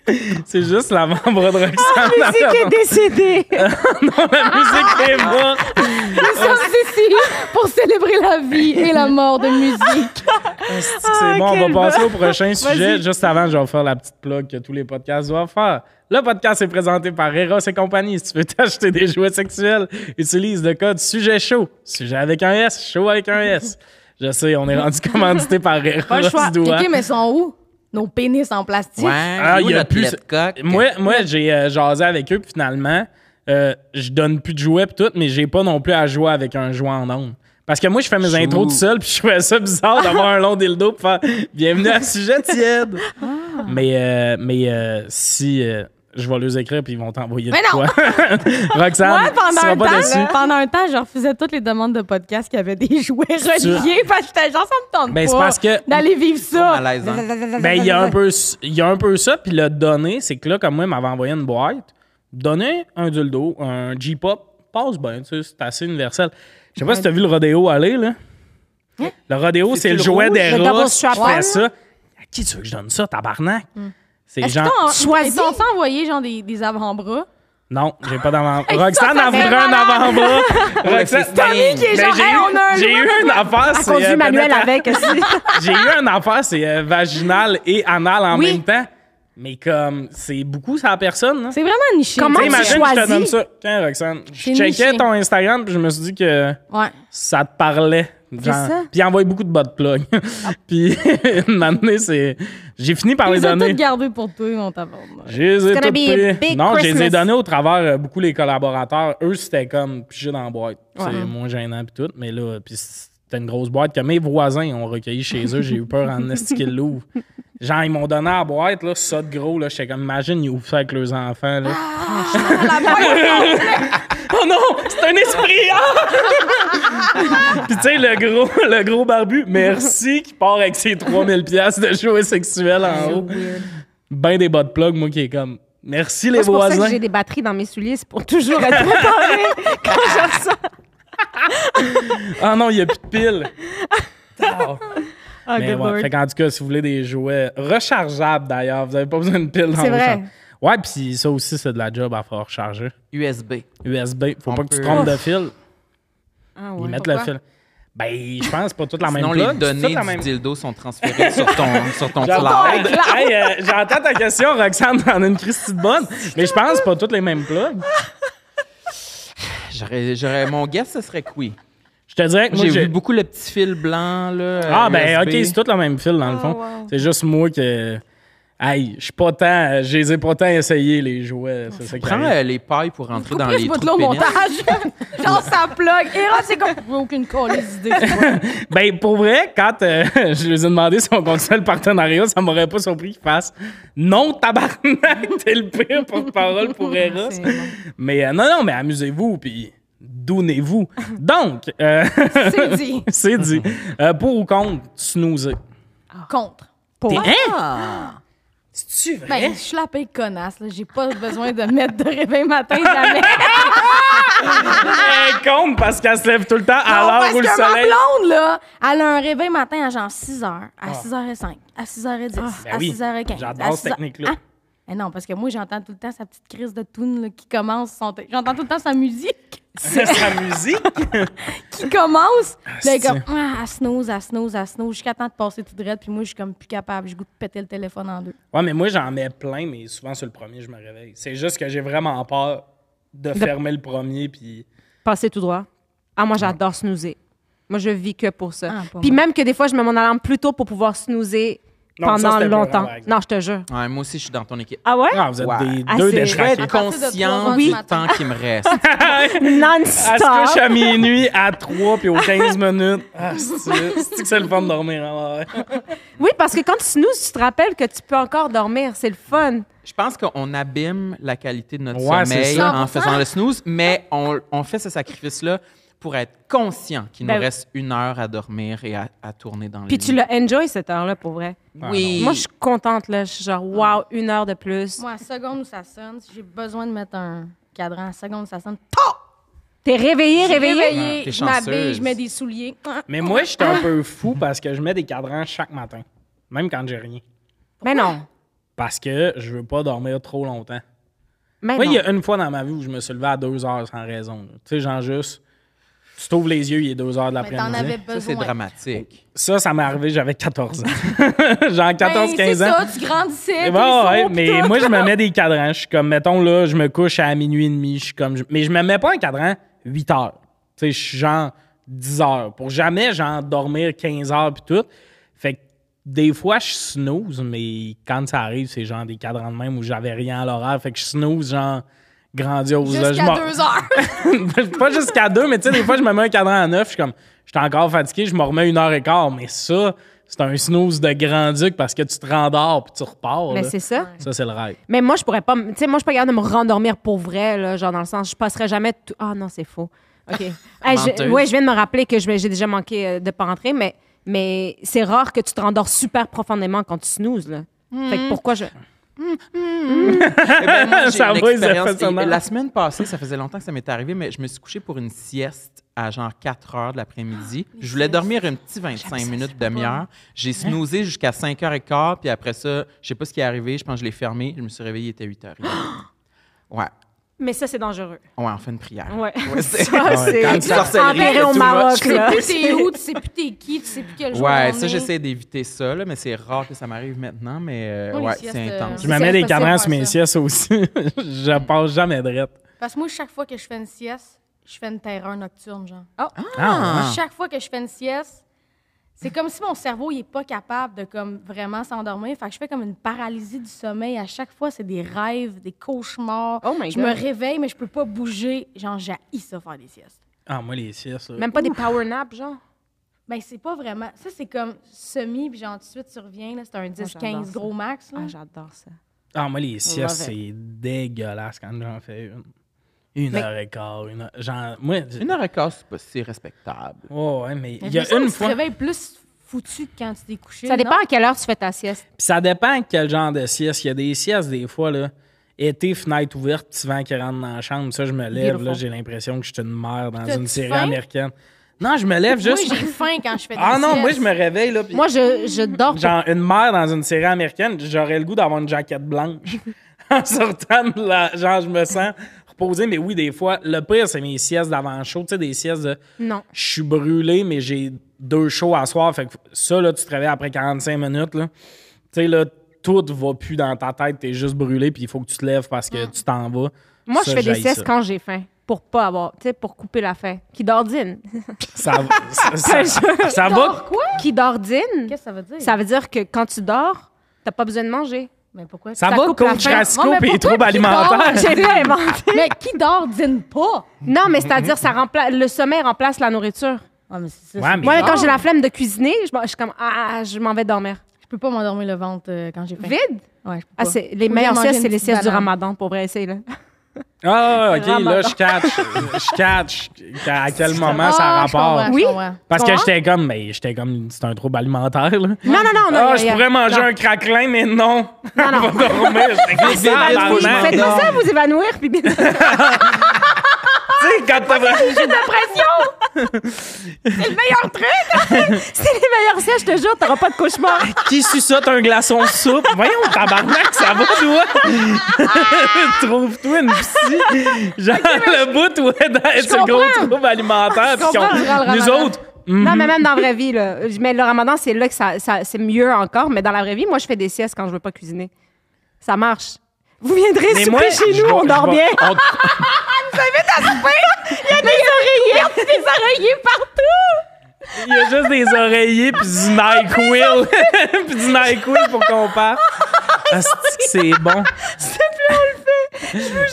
A: C'est juste la membre de Roxane.
C: Ah, La musique Ah, est décédée.
A: Ah, non, la musique est morte.
D: Nous sommes ici pour célébrer la vie et la mort de musique.
A: C'est bon, on
C: quel
A: va passer au prochain sujet.
C: Vas-y.
A: Juste avant, je vais faire la petite plug que tous les podcasts doivent faire. Le podcast est présenté par Eros et compagnie. Si tu veux t'acheter des jouets sexuels, utilise le code sujet chaud. Sujet avec un S, chaud avec un S. Je sais, on est rendu commandité par Eros.
C: Pas le choix.
A: Doigt.
D: OK, mais sont où? Nos pénis en plastique.
B: Ouais,
A: Ah,
B: où
A: il y a
B: notre
A: plus-
B: lait de coq?
A: Moi, moi j'ai euh, jasé avec eux, puis finalement, euh, je donne plus de jouets, puis tout, mais j'ai pas non plus à jouer avec un jouet en ondes. Parce que moi, je fais mes
B: Chou.
A: intros tout seul, puis je trouvais ça bizarre d'avoir un long dildo pour faire Bienvenue à Sujet Tiède. Mais, euh, mais euh, si. euh, je vais les écrire, puis ils vont t'envoyer de
D: Mais non!
A: quoi. Roxane,
C: Moi, pendant
A: tu seras
C: un
A: pas
C: temps,
A: déçue.
C: là.
D: Pendant un temps, je refusais toutes les demandes de podcasts qui avaient des jouets reliés parce que j'étais genre, ça me tente
A: Ben, c'est
D: pas
A: parce que-
D: d'aller vivre ça.
B: Malaise, hein?
A: Ben, il y a un peu, s- il y a un peu ça, puis le donner, c'est que là, comme moi, il m'avait envoyé une boîte, donner un dildo, un G-pop, passe bien, tu sais, c'est assez universel. Je sais pas si t'as vu le rodéo aller, là.
D: Hein?
A: Le rodéo, c'est le,
B: le
A: jouet
B: rouge,
A: des
C: le double
A: rats qui
C: strap
A: fait
C: on?
A: ça. À qui tu veux que je donne ça, tabarnak? C'est
D: Hmm. Est-ce
A: genre...
D: qu'ils t'ont-
C: Choisis.
D: Ils t'ont envoyé genre des, des avant-bras
A: Non, j'ai pas d'avant-bras. Roxane
D: ça
A: a voulu
D: fait
A: un
D: mal. hein?
A: avant-bras.
B: c'est Tommy qui
D: est
A: Mais
D: genre,
A: j'ai
D: Hey, on a un
A: eu- j'ai eu une affaire.
C: À
A: c'est,
C: conduit
A: euh,
C: manuel
A: pénétra-
C: avec aussi.
A: J'ai eu une affaire, c'est euh, vaginal et anal en
D: Oui.
A: même temps. Mais comme, c'est beaucoup ça la personne. là.
D: C'est vraiment niché.
C: Comment
A: Tu sais,
C: tu
A: imagine que je te
C: choisis?
A: donne ça. Tiens, Roxane, je
D: C'est
A: checkais
D: niché.
A: ton Instagram puis je me suis dit que
D: Ouais.
A: ça te parlait. Genre,
C: ça.
A: puis il envoie beaucoup de bas de plug. puis une année, c'est. J'ai fini par les
D: Ils ont tout
A: donner.
D: gardé pour toi, mon tabarnak.
A: Je les ai
C: gonna
A: toutes
C: be
A: pris.
C: a big
A: Non, je les ai
C: Christmas.
A: donné au travers euh, beaucoup les collaborateurs. Eux, c'était comme piger dans la boîte. C'est moins gênant puis tout. Mais là, puis c'était une grosse boîte que mes voisins ont recueilli chez eux. J'ai eu peur en esti qu'ils l'ouvrent. Genre, ils m'ont donné la boîte, là, ça de gros, là. J'étais comme, imagine, ils ouvrent ça avec leurs enfants, là.
C: Ah,
A: oh non, c'est un esprit! ah! Puis tu sais, le gros, le gros barbu, merci, qui part avec ses 3000 pièces de jouets sexuels en haut. Ben des bas de plug, moi, qui est comme, merci les
C: C'est pour ça que
A: voisins.
C: j'ai des batteries dans mes souliers, c'est pour toujours être préparée quand je ressors.
A: Ah non, il n'y a plus de pile.
C: Ah,
A: Mais
C: good
A: ouais,
C: lord.
A: fait qu'en tout cas, si vous voulez des jouets rechargeables d'ailleurs, vous n'avez pas besoin d'une pile dans
C: C'est
A: vos
C: vrai.
A: chambres. Ouais, puis ça aussi, c'est de la job à faire recharger.
B: USB.
A: USB, faut
B: On
A: pas que tu
B: peut-
A: te trompes de fil.
C: Ah
A: Ils
C: ouais.
A: mettent le
D: pourquoi?
A: fil. Ben, je pense pas toutes la même
B: Sinon,
A: plug.
B: les
A: C'est
B: données
A: toutes la
B: du
A: même-
B: dildo sont transférées sur ton, sur ton
A: J'entends
B: cloud.
A: Hey, euh, j'entends ta question, Roxane, t'en as une Christie de bonne, mais je pense pas toutes les mêmes plugs.
B: J'aurais, j'aurais- mon guess, ce serait que oui.
A: Je te dirais que moi,
B: J'ai
A: j'ai...
B: vu beaucoup le petit fil blanc, là.
A: Ah,
B: euh,
A: ben, OK,
B: USB.
A: c'est tout le même fil, dans le fond. C'est juste moi que... Hey, je suis pas tant... Je les ai pas tant essayé, les jouets. C'est ça qui
B: Prends
A: arrive.
B: euh, les pailles pour rentrer dans
D: Plus
B: les
D: votre
B: trous
D: là au
B: de pénis.
D: montage. Genre, ça plug. Et là, c'est comme. J'ai aucune colise d'idée.
A: Ben, pour vrai, quand euh, je les ai demandé si on continuait le partenariat, ça m'aurait pas surpris qu'ils fassent non, tabarnak, t'es le pire porte-parole pour Eros. Mais euh, non, non, mais amusez-vous, puis donnez-vous. Donc, euh,
D: C'est dit.
A: c'est dit. Euh, pour ou contre, snoozer.
D: Contre.
A: T'es hein?
D: Tu Ben, je suis la paix connasse. là. J'ai pas besoin de mettre de réveil matin jamais.
A: Elle est Eh, contre parce qu'elle se lève tout le temps
D: Non,
A: à
D: parce
A: l'heure où le
D: que
A: soleil.
D: ma blonde, là, elle a un réveil matin à genre 6 h, à 6 h 05, à 6 h 10,
A: Ah. Ben
D: à
A: oui,
D: 6 h 15.
A: j'adore cette technique-là.
D: Eh non, parce que moi, j'entends tout le temps sa petite crise de tune là, qui commence. son- J'entends tout le temps sa musique
A: C'est sa musique.
D: qui commence. Puis là, elle est
A: c'est-
D: comme, ah, elle snooze, elle snooze, elle snooze, jusqu'à temps de passer tout droit. Puis moi, je suis comme plus capable. Je goûte de péter le téléphone en deux.
A: Ouais, mais moi, j'en mets plein, mais souvent sur le premier, je me réveille. C'est juste que j'ai vraiment peur de fermer le premier, puis.
C: Passer tout droit. Ah, moi, j'adore snoozer. Moi, je vis que pour ça.
D: Ah, pas
C: Puis
D: moi.
C: même que des fois, je mets mon alarme plus tôt pour pouvoir snoozer
A: Non, ça,
C: pendant
A: c'était épeurant,
C: longtemps.
A: par exemple.
C: non, je te jure.
B: Ouais, moi aussi, je suis dans ton équipe.
C: Ah ouais?
A: Ah, vous êtes
B: Ouais.
A: des
C: Ah,
A: deux
C: c'est-
B: Je vais
A: détraqués.
B: être
D: partir de trois
B: conscient
D: heures
B: du
D: du
B: temps
D: matin.
B: qui me reste.
A: Elle se couche
C: Non-stop.
A: à minuit, à 3 puis aux 15 minutes. Ah, c'est c'est-tu que c'est le fun de dormir. hein? Ouais.
C: Oui, parce que quand tu snoozes, tu te rappelles que tu peux encore dormir. C'est le fun.
B: Je pense qu'on abîme la qualité de notre
A: Ouais, c'est
B: sommeil
A: ça.
B: en faisant le snooze, mais on, on fait ce sacrifice-là pour être conscient qu'il
C: Ben
B: nous
C: oui.
B: reste une heure à dormir et à, à tourner dans le Ah
C: Puis tu
B: lit.
C: l'as enjoy cette heure-là, pour vrai.
B: Oui.
C: Moi, je suis contente, là. Je suis genre,
A: Ah.
C: wow, une heure de plus.
D: Moi, à la seconde où ça sonne, si j'ai besoin de mettre un cadran, à la seconde où ça sonne,
C: T'es réveillée, réveillée.
B: Ouais, t'es
D: réveillé, je m'habille,
B: chanceuse.
D: je mets des souliers.
A: Mais moi, je suis un peu fou parce que je mets des cadrans chaque matin, même quand j'ai rien.
C: Mais non.
A: Parce que je veux pas dormir trop longtemps.
C: Mais
A: Moi,
C: non.
A: il y a une fois dans ma vie où je me suis levé à 2 heures sans raison. là. Tu sais, genre juste, tu t'ouvres les yeux, il est 2 heures de
D: Mais t'en
A: l'après-midi.
D: avais
B: Ça,
D: besoin.
B: c'est dramatique.
A: Ça, ça m'est arrivé, j'avais 14 ans. genre
D: Ben,
A: 14-15
D: c'est
A: ans.
D: ça, tu grandissais.
A: Et
D: Eh, t'es
A: bon,
D: sourd,
A: ouais,
D: pis
A: mais
D: tout.
A: moi, je me mets des cadrans. Je suis comme, mettons, là, je me couche à minuit et demi. Je suis comme, je- mais je me mets pas un cadran 8 heures. Tu sais, je suis genre 10 heures. Pour jamais, genre, dormir 15 heures puis tout. Fait que des fois, je snooze, mais quand ça arrive, c'est genre des cadrans de même où j'avais rien à l'horaire. Fait que je snooze, genre, grandiose. là. Je
D: Jusqu'à
A: m'en-
D: deux heures.
A: pas jusqu'à deux, mais tu sais, des fois, je me mets un cadran à neuf, je suis comme, je suis encore fatigué, je me remets une heure et quart. Mais ça, c'est un snooze de grand duc parce que tu te rendors puis tu repars.
C: Mais
A: là.
C: Ben, c'est ça.
A: Ça, c'est le rêve.
C: Mais moi, je pourrais pas. m- Tu sais, moi, je suis pas capable de me rendormir pour vrai, là, genre dans le sens, je passerais jamais tout. Ah non, c'est faux. OK. Hey, je,
B: Menteuse.
C: ouais, je viens de me rappeler que je vais- j'ai déjà manqué euh, de pas rentrer, mais, mais c'est rare que tu te rendors super profondément quand tu snoozes, là. Fait que pourquoi je.
B: Eh ben, moi, j'ai
A: Ça
B: une
A: va, ils
B: expérience-
A: appellent ça
B: et-
A: mal.
B: La semaine passée, ça faisait longtemps que ça m'est arrivé, mais je me suis couché pour une sieste à genre 4 heures de l'après-midi. Je voulais dormir une petite 25 minutes, demi-heure. J'ai snoozé jusqu'à 5 h 15 puis après ça, je sais pas ce qui est arrivé, je pense que je l'ai fermé. Je me suis réveillé, il était 8 h Ouais.
C: Mais ça, c'est dangereux.
B: Ouais, on fait une prière.
C: Ouais.
B: c'est-
C: ça,
B: quand
C: c'est
B: ça- sorcellerie,
C: enterré au
B: too much.
D: Tu
C: Maroc,
D: sais
C: là.
D: plus t'es où, tu sais plus t'es qui, tu sais plus quel jour.
B: Ouais,
D: on
B: ça,
D: est.
B: j'essaie d'éviter ça, là, mais c'est rare que ça m'arrive maintenant, mais euh,
D: Moi, les
B: ouais,
D: siestes,
B: c'est
D: euh,
B: intense.
A: Je me mets des
D: facile à
A: cadrans
D: faire
A: sur mes
D: ça.
A: siestes aussi. je passe jamais drette.
D: Parce que moi, chaque fois que je fais une sieste, je fais une terreur nocturne, genre.
A: Ah,
B: Ah.
D: Chaque fois que je fais une sieste, c'est comme si mon cerveau il est pas capable de comme vraiment s'endormir. Fait que je fais comme une paralysie du sommeil. À chaque fois, c'est des rêves, des cauchemars.
C: Oh my
D: je
C: God.
D: me réveille, mais je peux pas bouger. Genre, j'haïs ça faire des siestes.
A: Ah, moi, les siestes. là.
C: Même pas des power naps, genre.
D: Ben, c'est pas vraiment. Ça, c'est comme semi, puis genre, tout de suite, tu reviens. là. C'est un
C: j'adore
D: 10-15
C: ça.
D: gros max. là.
C: Ah, j'adore ça.
A: Ah, moi, les siestes,
C: Love
A: c'est dégueulasse quand j'en fais une. Une
C: Mais-
A: heure et quart, une heure. Genre, moi. j-
B: Une heure et quart, c'est pas si respectable.
A: Oh, ouais, mais
D: Mais
A: il y a
D: je me sens
A: une
D: que
A: fois.
D: Tu te réveilles plus foutu que quand tu t'es couché.
C: Ça
D: non?
C: dépend à quelle heure tu fais ta sieste.
A: Puis ça dépend quel genre de sieste. Il y a des siestes, des fois, là. Été, fenêtre ouverte, petit vent qui rentre dans la chambre. Ça, je me lève,
C: Beautiful.
A: là, j'ai l'impression que je suis une mère dans
D: t'as-tu
A: une série
D: faim?
A: américaine. Non, je me lève juste.
D: Moi, j'ai faim quand je fais des
A: ah non, moi, je
D: siestes.
A: me réveille, là. puis-
C: Moi, je, je dors.
A: Genre, une mère dans une série américaine, j'aurais le goût d'avoir une jaquette blanche. en sortant de la. Genre, je me sens reposé, mais oui, des fois. Le pire, c'est mes siestes d'avant-show. Tu sais, des siestes de.
C: Non.
A: Je suis brûlé, mais j'ai deux shows à soir. Fait que ça, là, tu te réveilles après 45 minutes, là. Tu sais, là, tout va plus dans ta tête. T'es juste brûlé, puis il faut que tu te lèves parce que tu t'en vas.
C: Moi,
A: Ça,
C: je fais des
A: j'haïs
C: siestes
A: ça.
C: quand j'ai faim. Pour pas avoir, tu sais, pour couper la faim. Qui dordine.
A: Ça, va- ça, ça- ça va.
D: Pourquoi?
C: Qui dordine,
D: Qu'est-ce que ça veut dire?
C: ça veut dire que quand tu dors, t'as pas besoin de manger.
D: Mais pourquoi?
A: Ça,
C: Ça
A: va,
C: coupe la
A: coach
C: faim.
A: Rasco,
D: Ouais, mais
A: puis les
D: pourquoi
A: troubles
D: qu'il dort?
A: alimentaires.
C: J'ai pas inventé.
D: Mais qui dort dîne pas?
C: Non, mais c'est-à-dire, ça remplace, le sommeil remplace la nourriture.
D: Ah, mais c'est ça.
A: Ouais,
D: c'est-
A: mais-
C: Moi,
A: Non.
C: quand j'ai la flemme de cuisiner, je, m'en- je suis comme, ah, ah, je m'en vais dormir.
D: Je peux pas m'endormir le ventre euh, quand j'ai faim.
C: Vide?
D: Ouais, je peux pas.
C: Ah, c'est, les
D: Faut
C: meilleures
D: bien manger
C: siestes, c'est
D: une
C: les
D: petite
C: siestes du
D: banane.
C: ramadan, pour vrai, essayer, là.
A: Ah, ok, là,
C: Ramadan.
A: je catch. Je catch à quel moment ça
D: Ah,
A: a
D: je comprends,
A: rapport.
D: je
C: Oui.
D: comprends.
A: Parce que
C: comprends?
A: j'étais comme, mais j'étais comme, c'est un trouble alimentaire, là.
C: Non, non, non, non.
A: Ah,
C: y a- y
A: je
C: a-
A: pourrais manger
C: non.
A: un craquelin, mais non.
C: Non, non. Ah,
A: Je vais dormir. J'étais comme,
B: Évanouis,
A: tabarnak.
C: Faites
B: Non.
C: pas ça, vous évanouir, puis bien sûr,
A: Tu sais, quand t'as vraiment-
C: j'ai de la pression! c'est le meilleur truc! hein. c'est les meilleures siestes, je te jure, t'auras pas de cauchemar.
A: Qui suce ça, t'as un glaçon de soupe? Voyons, tabarnak, ça va, toi? Trouve-toi une psy. Genre, le bout, ouais, d'être
C: Je
A: le gros
C: comprends.
A: trouble alimentaire. puis
C: comprends,
A: qu'on-
C: je rends le
A: nous
C: ramadan.
A: autres,
C: Non, mais même dans la vraie vie, là. Mais le ramadan, c'est là que ça, ça- c'est mieux encore. Mais dans la vraie vie, moi, je fais des siestes quand je veux pas cuisiner. Ça marche. Vous viendrez
A: mais
C: souper
A: moi,
C: chez
A: je
C: nous,
A: vais-
C: on
A: je
C: dort
A: vais-
C: bien.
A: on-
C: Des oreillers, des oreillers partout!
A: Il y a juste des oreillers puis du
C: Ah,
A: NyQuil. puis du NyQuil pour qu'on parte.
C: Ah,
A: Asti que c'est bon.
C: S'il te plaît, on le fait. Je vous jure, Ah,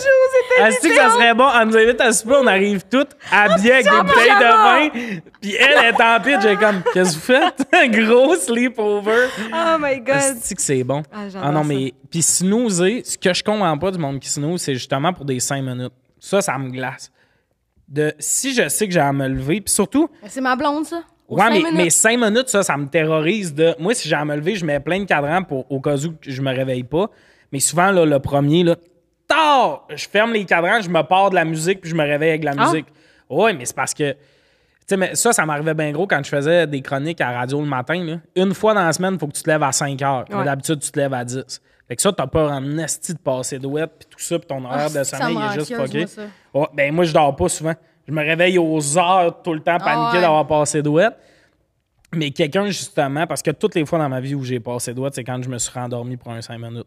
C: c'est Ah,
A: Asti que ça serait bon. On nous invite à souper, on arrive toutes habillées avec des
C: en
A: bouteilles
C: pyjama.
A: de vin. Puis elle est en pit. J'ai comme, qu'est-ce que vous faites? Un gros sleepover.
C: Oh my God.
A: Asti que c'est bon.
C: Ah, j'adore
A: Ah non,
C: ça.
A: mais... Puis snoozer, ce que je comprends pas du monde qui snooze, c'est justement pour des 5 minutes. Ça, ça me glace. De, si je sais que j'ai à me lever, puis surtout,
D: C'est ma blonde, ça. Aux
A: Ouais,
D: cinq
A: mais,
D: minutes.
A: mais cinq minutes, ça, ça me terrorise de. Moi, si j'ai à me lever, je mets plein de cadrans pour, au cas où que je me réveille pas. Mais souvent, là, le premier, là, tard, je ferme les cadrans, je me pars de la musique, puis je me réveille avec la
C: Ah.
A: musique. Ouais, mais c'est parce que. Tu sais, mais ça, ça m'arrivait bien gros quand je faisais des chroniques à la radio le matin. là. Une fois dans la semaine, il faut que tu te lèves à 5 heures. Mais
C: Ouais.
A: D'habitude, tu te lèves à 10. Fait que ça, t'as peur en esti de passer douette, puis tout ça, puis ton horaire
D: Ah,
A: de
D: ça
A: sommeil
D: me
A: il est juste
D: rancœuse,
A: fucké.
D: moi, ça.
A: Ouais, ben moi, je dors pas souvent. Je me réveille aux heures tout le temps, paniqué
D: ouais.
A: d'avoir passé douette. Mais quelqu'un, justement, parce que toutes les fois dans ma vie où j'ai passé douette, c'est quand je me suis rendormi pour un 5 minutes.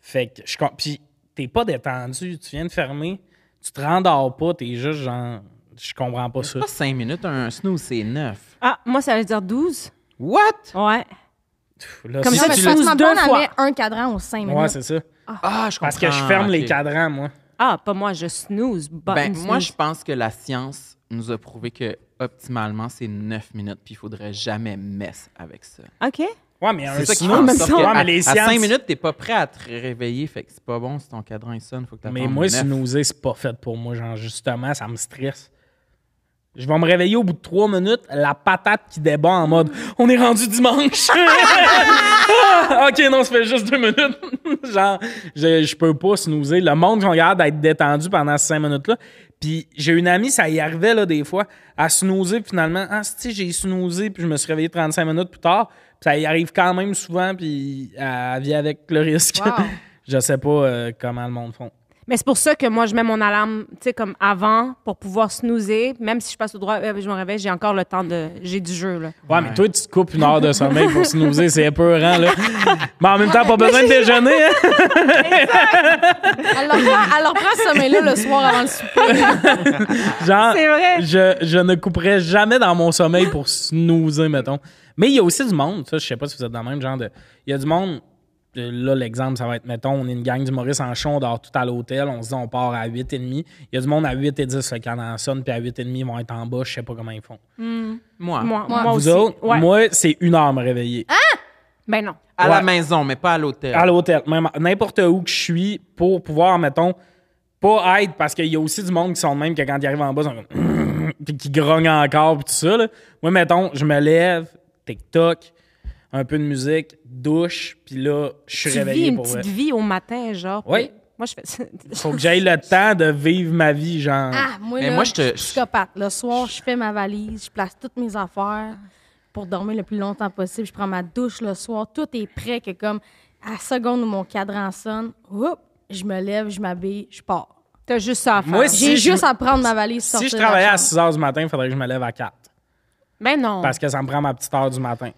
A: Fait que je. com- Puis t'es pas détendu, tu viens de fermer, tu te rendors pas, t'es juste genre. Je comprends pas ça.
B: Pas cinq minutes, un snooze, c'est neuf.
C: Ah, moi, ça veut dire 12.
B: What?
C: Ouais.
A: Là,
C: Comme
A: si
C: ça,
D: Non, mais
A: tu
C: tu
A: le-
D: parce que
C: l'as-
D: ma
C: deux
D: blonde, elle
C: fois.
D: met un cadran aux cinq minutes.
A: Ouais, c'est ça.
B: Ah, je comprends.
A: Parce que je ferme les
B: ok.
A: cadrans, moi.
C: Ah, pas moi, je snooze. button
B: Ben, moi,
C: snooze.
B: je pense que la science nous a prouvé que optimalement, c'est 9 minutes, puis il faudrait jamais mess avec ça.
C: OK.
A: Ouais, mais un
B: C'est ça qui
A: sinon,
B: fait en
A: mais
B: sorte
A: ouais,
B: que
A: mais
B: à,
A: les
B: à
A: sciences.
B: 5 minutes, t'es pas prêt à te réveiller, fait que c'est pas bon si ton cadran il sonne, faut que t'attendes
A: Mais moi,
B: 9.
A: snoozer, c'est pas fait pour moi. Genre, justement, ça me stresse. Je vais me réveiller au bout de trois minutes, la patate qui débat en mode On est rendu dimanche. Ah, ok, non, ça fait juste deux minutes. genre, je, je peux pas snoozer. Le monde, j'en garde d'être détendu pendant ces cinq minutes-là. Puis j'ai une amie, ça y arrivait là, des fois, à snoozer, puis finalement, ah, si j'ai snoozé, puis je me suis réveillé 35 minutes plus tard. Puis ça y arrive quand même souvent, puis elle euh, vit avec le risque.
D: Wow.
A: je sais pas euh, comment le monde font.
C: Mais c'est pour ça que moi, je mets mon alarme, tu sais, comme avant, pour pouvoir snoozer. Même si je passe au droit, euh, je me réveille, j'ai encore le temps de. J'ai du jeu, là.
A: Ouais, mais toi, tu te coupes une heure de sommeil pour snoozer, c'est épeurant, là. Mais en même temps, pas besoin de déjeuner, hein?
D: Alors, prends- alors prends ce sommeil-là le soir avant le souper.
A: Genre,
C: C'est vrai.
A: Je, je ne couperais jamais dans mon sommeil pour snoozer, mettons. Mais il y a aussi du monde, ça, je sais pas si vous êtes dans le même genre de. Il y a du monde. euh, Là, l'exemple, ça va être, mettons, on est une gang d'humoristes en chon, on dort tout à l'hôtel, on se dit on part à 8h30. Il y a du monde à 8 et 10 le canon sonne, puis à 8h30, ils vont être en bas, je sais pas comment ils font.
B: Moi.
C: Moi,
D: Moi.
C: moi,
A: Vous
C: aussi.
A: autres,
C: Ouais.
A: moi, c'est une heure me réveiller.
C: Ben non.
B: À
A: Ouais.
B: la maison, mais pas à l'hôtel.
A: À l'hôtel, même à- n'importe où que je suis, pour pouvoir, mettons, pas être, parce qu'il y a aussi du monde qui sont de même que quand ils arrivent en bas, ils sont comme puis qui grognent encore, puis tout ça. là. Moi, mettons, je me lève, TikTok, un peu de musique, douche, puis là, je suis
C: Tu
A: réveillé
C: vis une
A: pour vrai.
C: petite vie au matin, genre.
A: Oui.
C: puis Moi, je fais.
A: Faut que j'aille le temps de vivre ma vie, genre.
D: Ah, moi,
B: Mais
D: là,
B: moi, je te-
D: je suis psychopathe. Le soir, je fais ma valise, je place toutes mes affaires pour dormir le plus longtemps possible. Je prends ma douche le soir. Tout est prêt que comme à la seconde où mon cadran sonne, whoop, je me lève, je m'habille, je pars.
C: T'as juste ça à faire.
A: Moi, Si
D: J'ai
A: je
D: juste
A: me-
D: à prendre ma valise
A: si
D: sortir
A: je
D: de la
A: travaillais à
D: chambre.
A: 6 h du matin, il faudrait que je me lève à 4
C: Ben non.
A: parce que ça me prend ma petite heure du matin.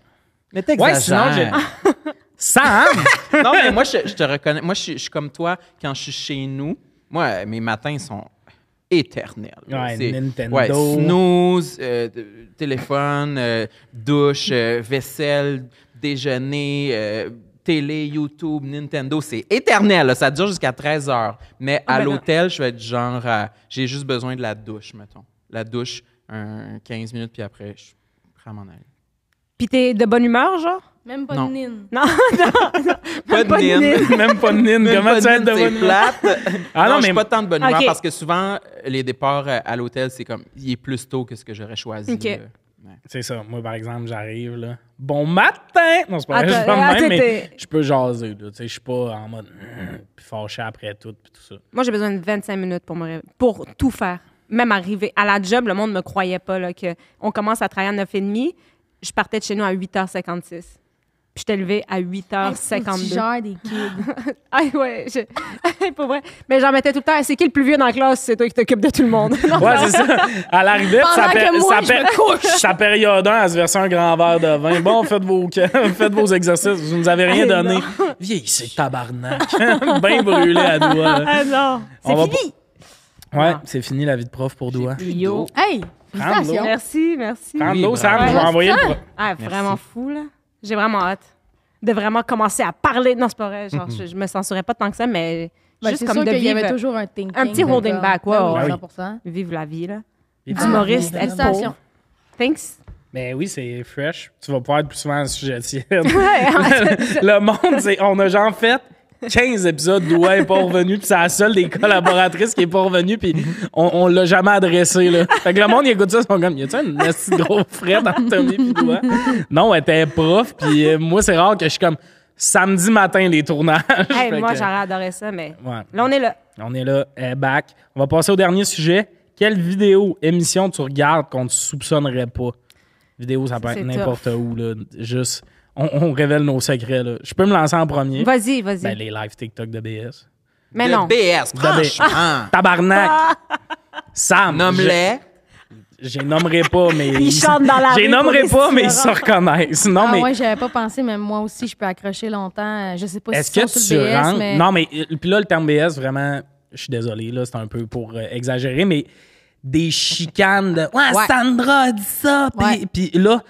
B: Mais
A: Ouais,
B: t'exagères.
A: sinon, j'ai. Sam!
B: non, mais moi, je, je te reconnais. Moi, je, suis- je suis comme toi quand je suis chez nous. Moi, euh, mes matins sont éternels.
A: Ouais,
B: C'est-
A: Nintendo.
B: Ouais, snooze, euh, t- téléphone, euh, douche, euh, vaisselle, déjeuner, euh, télé, YouTube, Nintendo. C'est éternel. là. Ça dure jusqu'à 13 heures. Mais à
A: Ah,
C: ben non.
B: l'hôtel, je vais être genre... à- J'ai juste besoin de la douche, mettons. La douche, un 15 minutes, puis après, je prends mon aller.
C: Puis t'es de bonne humeur, genre?
D: Même pas
B: Non.
D: de nine.
C: Non, non, non.
B: Pas de
C: nid.
B: nid.
A: Même pas de nine.
B: Même
A: Comment
B: pas
A: tu vas être
B: nid,
A: de
B: c'est
A: bonne humeur?
B: plate.
A: Ah
B: non,
A: non,
B: je
A: mais-
B: suis pas tant de bonne humeur
C: Ok.
B: parce que souvent, euh, les départs euh, à l'hôtel, c'est comme, il est plus tôt que ce que j'aurais choisi.
C: Ok.
B: euh, ouais.
A: C'est ça. Moi, par exemple, j'arrive là. Bon matin! Non, c'est pas
D: Ah,
A: vrai, je suis pas
C: Attends,
A: de même,
C: attends,
A: mais
C: t'es-
A: je peux jaser. Là, tu sais, je suis pas en mode Mm, puis fâché après tout puis tout ça.
C: Moi, j'ai besoin de 25 minutes pour, me ré- pour tout faire. Même arriver à la job, le monde ne me croyait pas. Là, que on commence à travailler à 9h30. Je partais de chez nous à 8h56. Puis je t'ai levé à
D: Ah, Tu
C: 8h52.
D: gères des kids.
C: Ah ouais, je... pour vrai. Mais j'en mettais tout le temps. C'est qui le plus vieux dans la classe? C'est toi qui t'occupes de tout le monde. Non,
A: Ouais, c'est ça. À l'arrivée, puis ça,
D: Pendant
A: péri-
D: que moi,
A: ça,
D: je
A: péri- ça période 1, elle se versait un grand verre de vin. Bon, faites vos, faites vos exercices. Vous nous avez rien
C: Ah,
A: donné. Vieillissez, tabarnak. ben brûlé à doigt. là.
C: Ah non.
A: On va
C: C'est fini.
A: Ouais,
C: Ah.
A: c'est fini la vie de prof pour doigt.
C: Yo.
D: hey,
A: Prends de l'eau.
D: félicitations.
C: Merci, merci.
A: Prends de
B: Oui,
A: l'eau, Sam.
B: bravo.
A: Je vais envoyer le pro-
C: Ah, vraiment fou, là. J'ai vraiment hâte de vraiment commencer à parler. Non, c'est pas vrai. Genre, je, je me censurais pas tant que ça, mais
D: Ben,
C: juste
D: c'est
C: comme
D: sûr
C: de
D: qu'il y avait
C: vivre,
D: toujours un thinking.
C: un petit
D: de
C: holding
D: comme-
C: back, ouais,
D: Ben
A: ouais.
D: oui, 100%.
C: vivre la vie, là.
A: Et puis-
C: Humoriste, être
D: Félicitations.
C: pauvre. Thanks.
A: Ben oui, c'est fresh. Tu vas pouvoir être plus souvent sujet
C: Ouais,
A: le monde, c'est, on a genre fait 15 épisodes d'Oua est pas revenu, puis c'est la seule des collaboratrices qui est pas revenue, puis on, on l'a jamais adressé. Là. Fait que le monde, il écoute ça, ils sont comme, y a-tu un assez gros frère d'Anthony puis Doua? Non, elle était prof, puis euh, moi, c'est rare que je suis comme samedi matin les tournages.
C: Hey,
A: Fait
C: moi,
A: que,
C: j'aurais adoré ça, mais
A: Ouais.
C: là, on est là.
A: On est là, elle est back. On va passer au dernier sujet. Quelle vidéo, émission tu regardes qu'on ne soupçonnerait pas? Vidéo, ça peut être
C: C'est
A: n'importe où. Là. Juste, on, on révèle nos secrets. Là. Je peux me lancer en premier.
C: Vas-y, vas-y.
A: Ben, les lives TikTok de BS.
C: mais
B: De
C: non.
B: BS, franchement.
C: Ah!
A: Tabarnak! Sam!
B: Nomme-les.
A: je- Je les nommerai pas, mais.
C: Ils chantent dans la
A: Je les
C: rue pour
A: nommerai
C: des
A: pas, mais ils se
C: différents.
A: reconnaissent. Non,
D: Ah
A: Oh, mais.
D: ouais, j'avais pas pensé, mais moi aussi, je peux accrocher longtemps. Je sais pas
A: Est-ce
D: si
A: que
D: c'est sur
A: tu
D: le BS,
A: rentres.
D: mais...
A: Non, mais. euh, Puis là, le terme BS, vraiment, je suis désolé, là, c'est un peu pour euh, exagérer, mais des chicanes de. Ouais, Sandra a dit ça. Puis
D: Ouais.
A: puis là,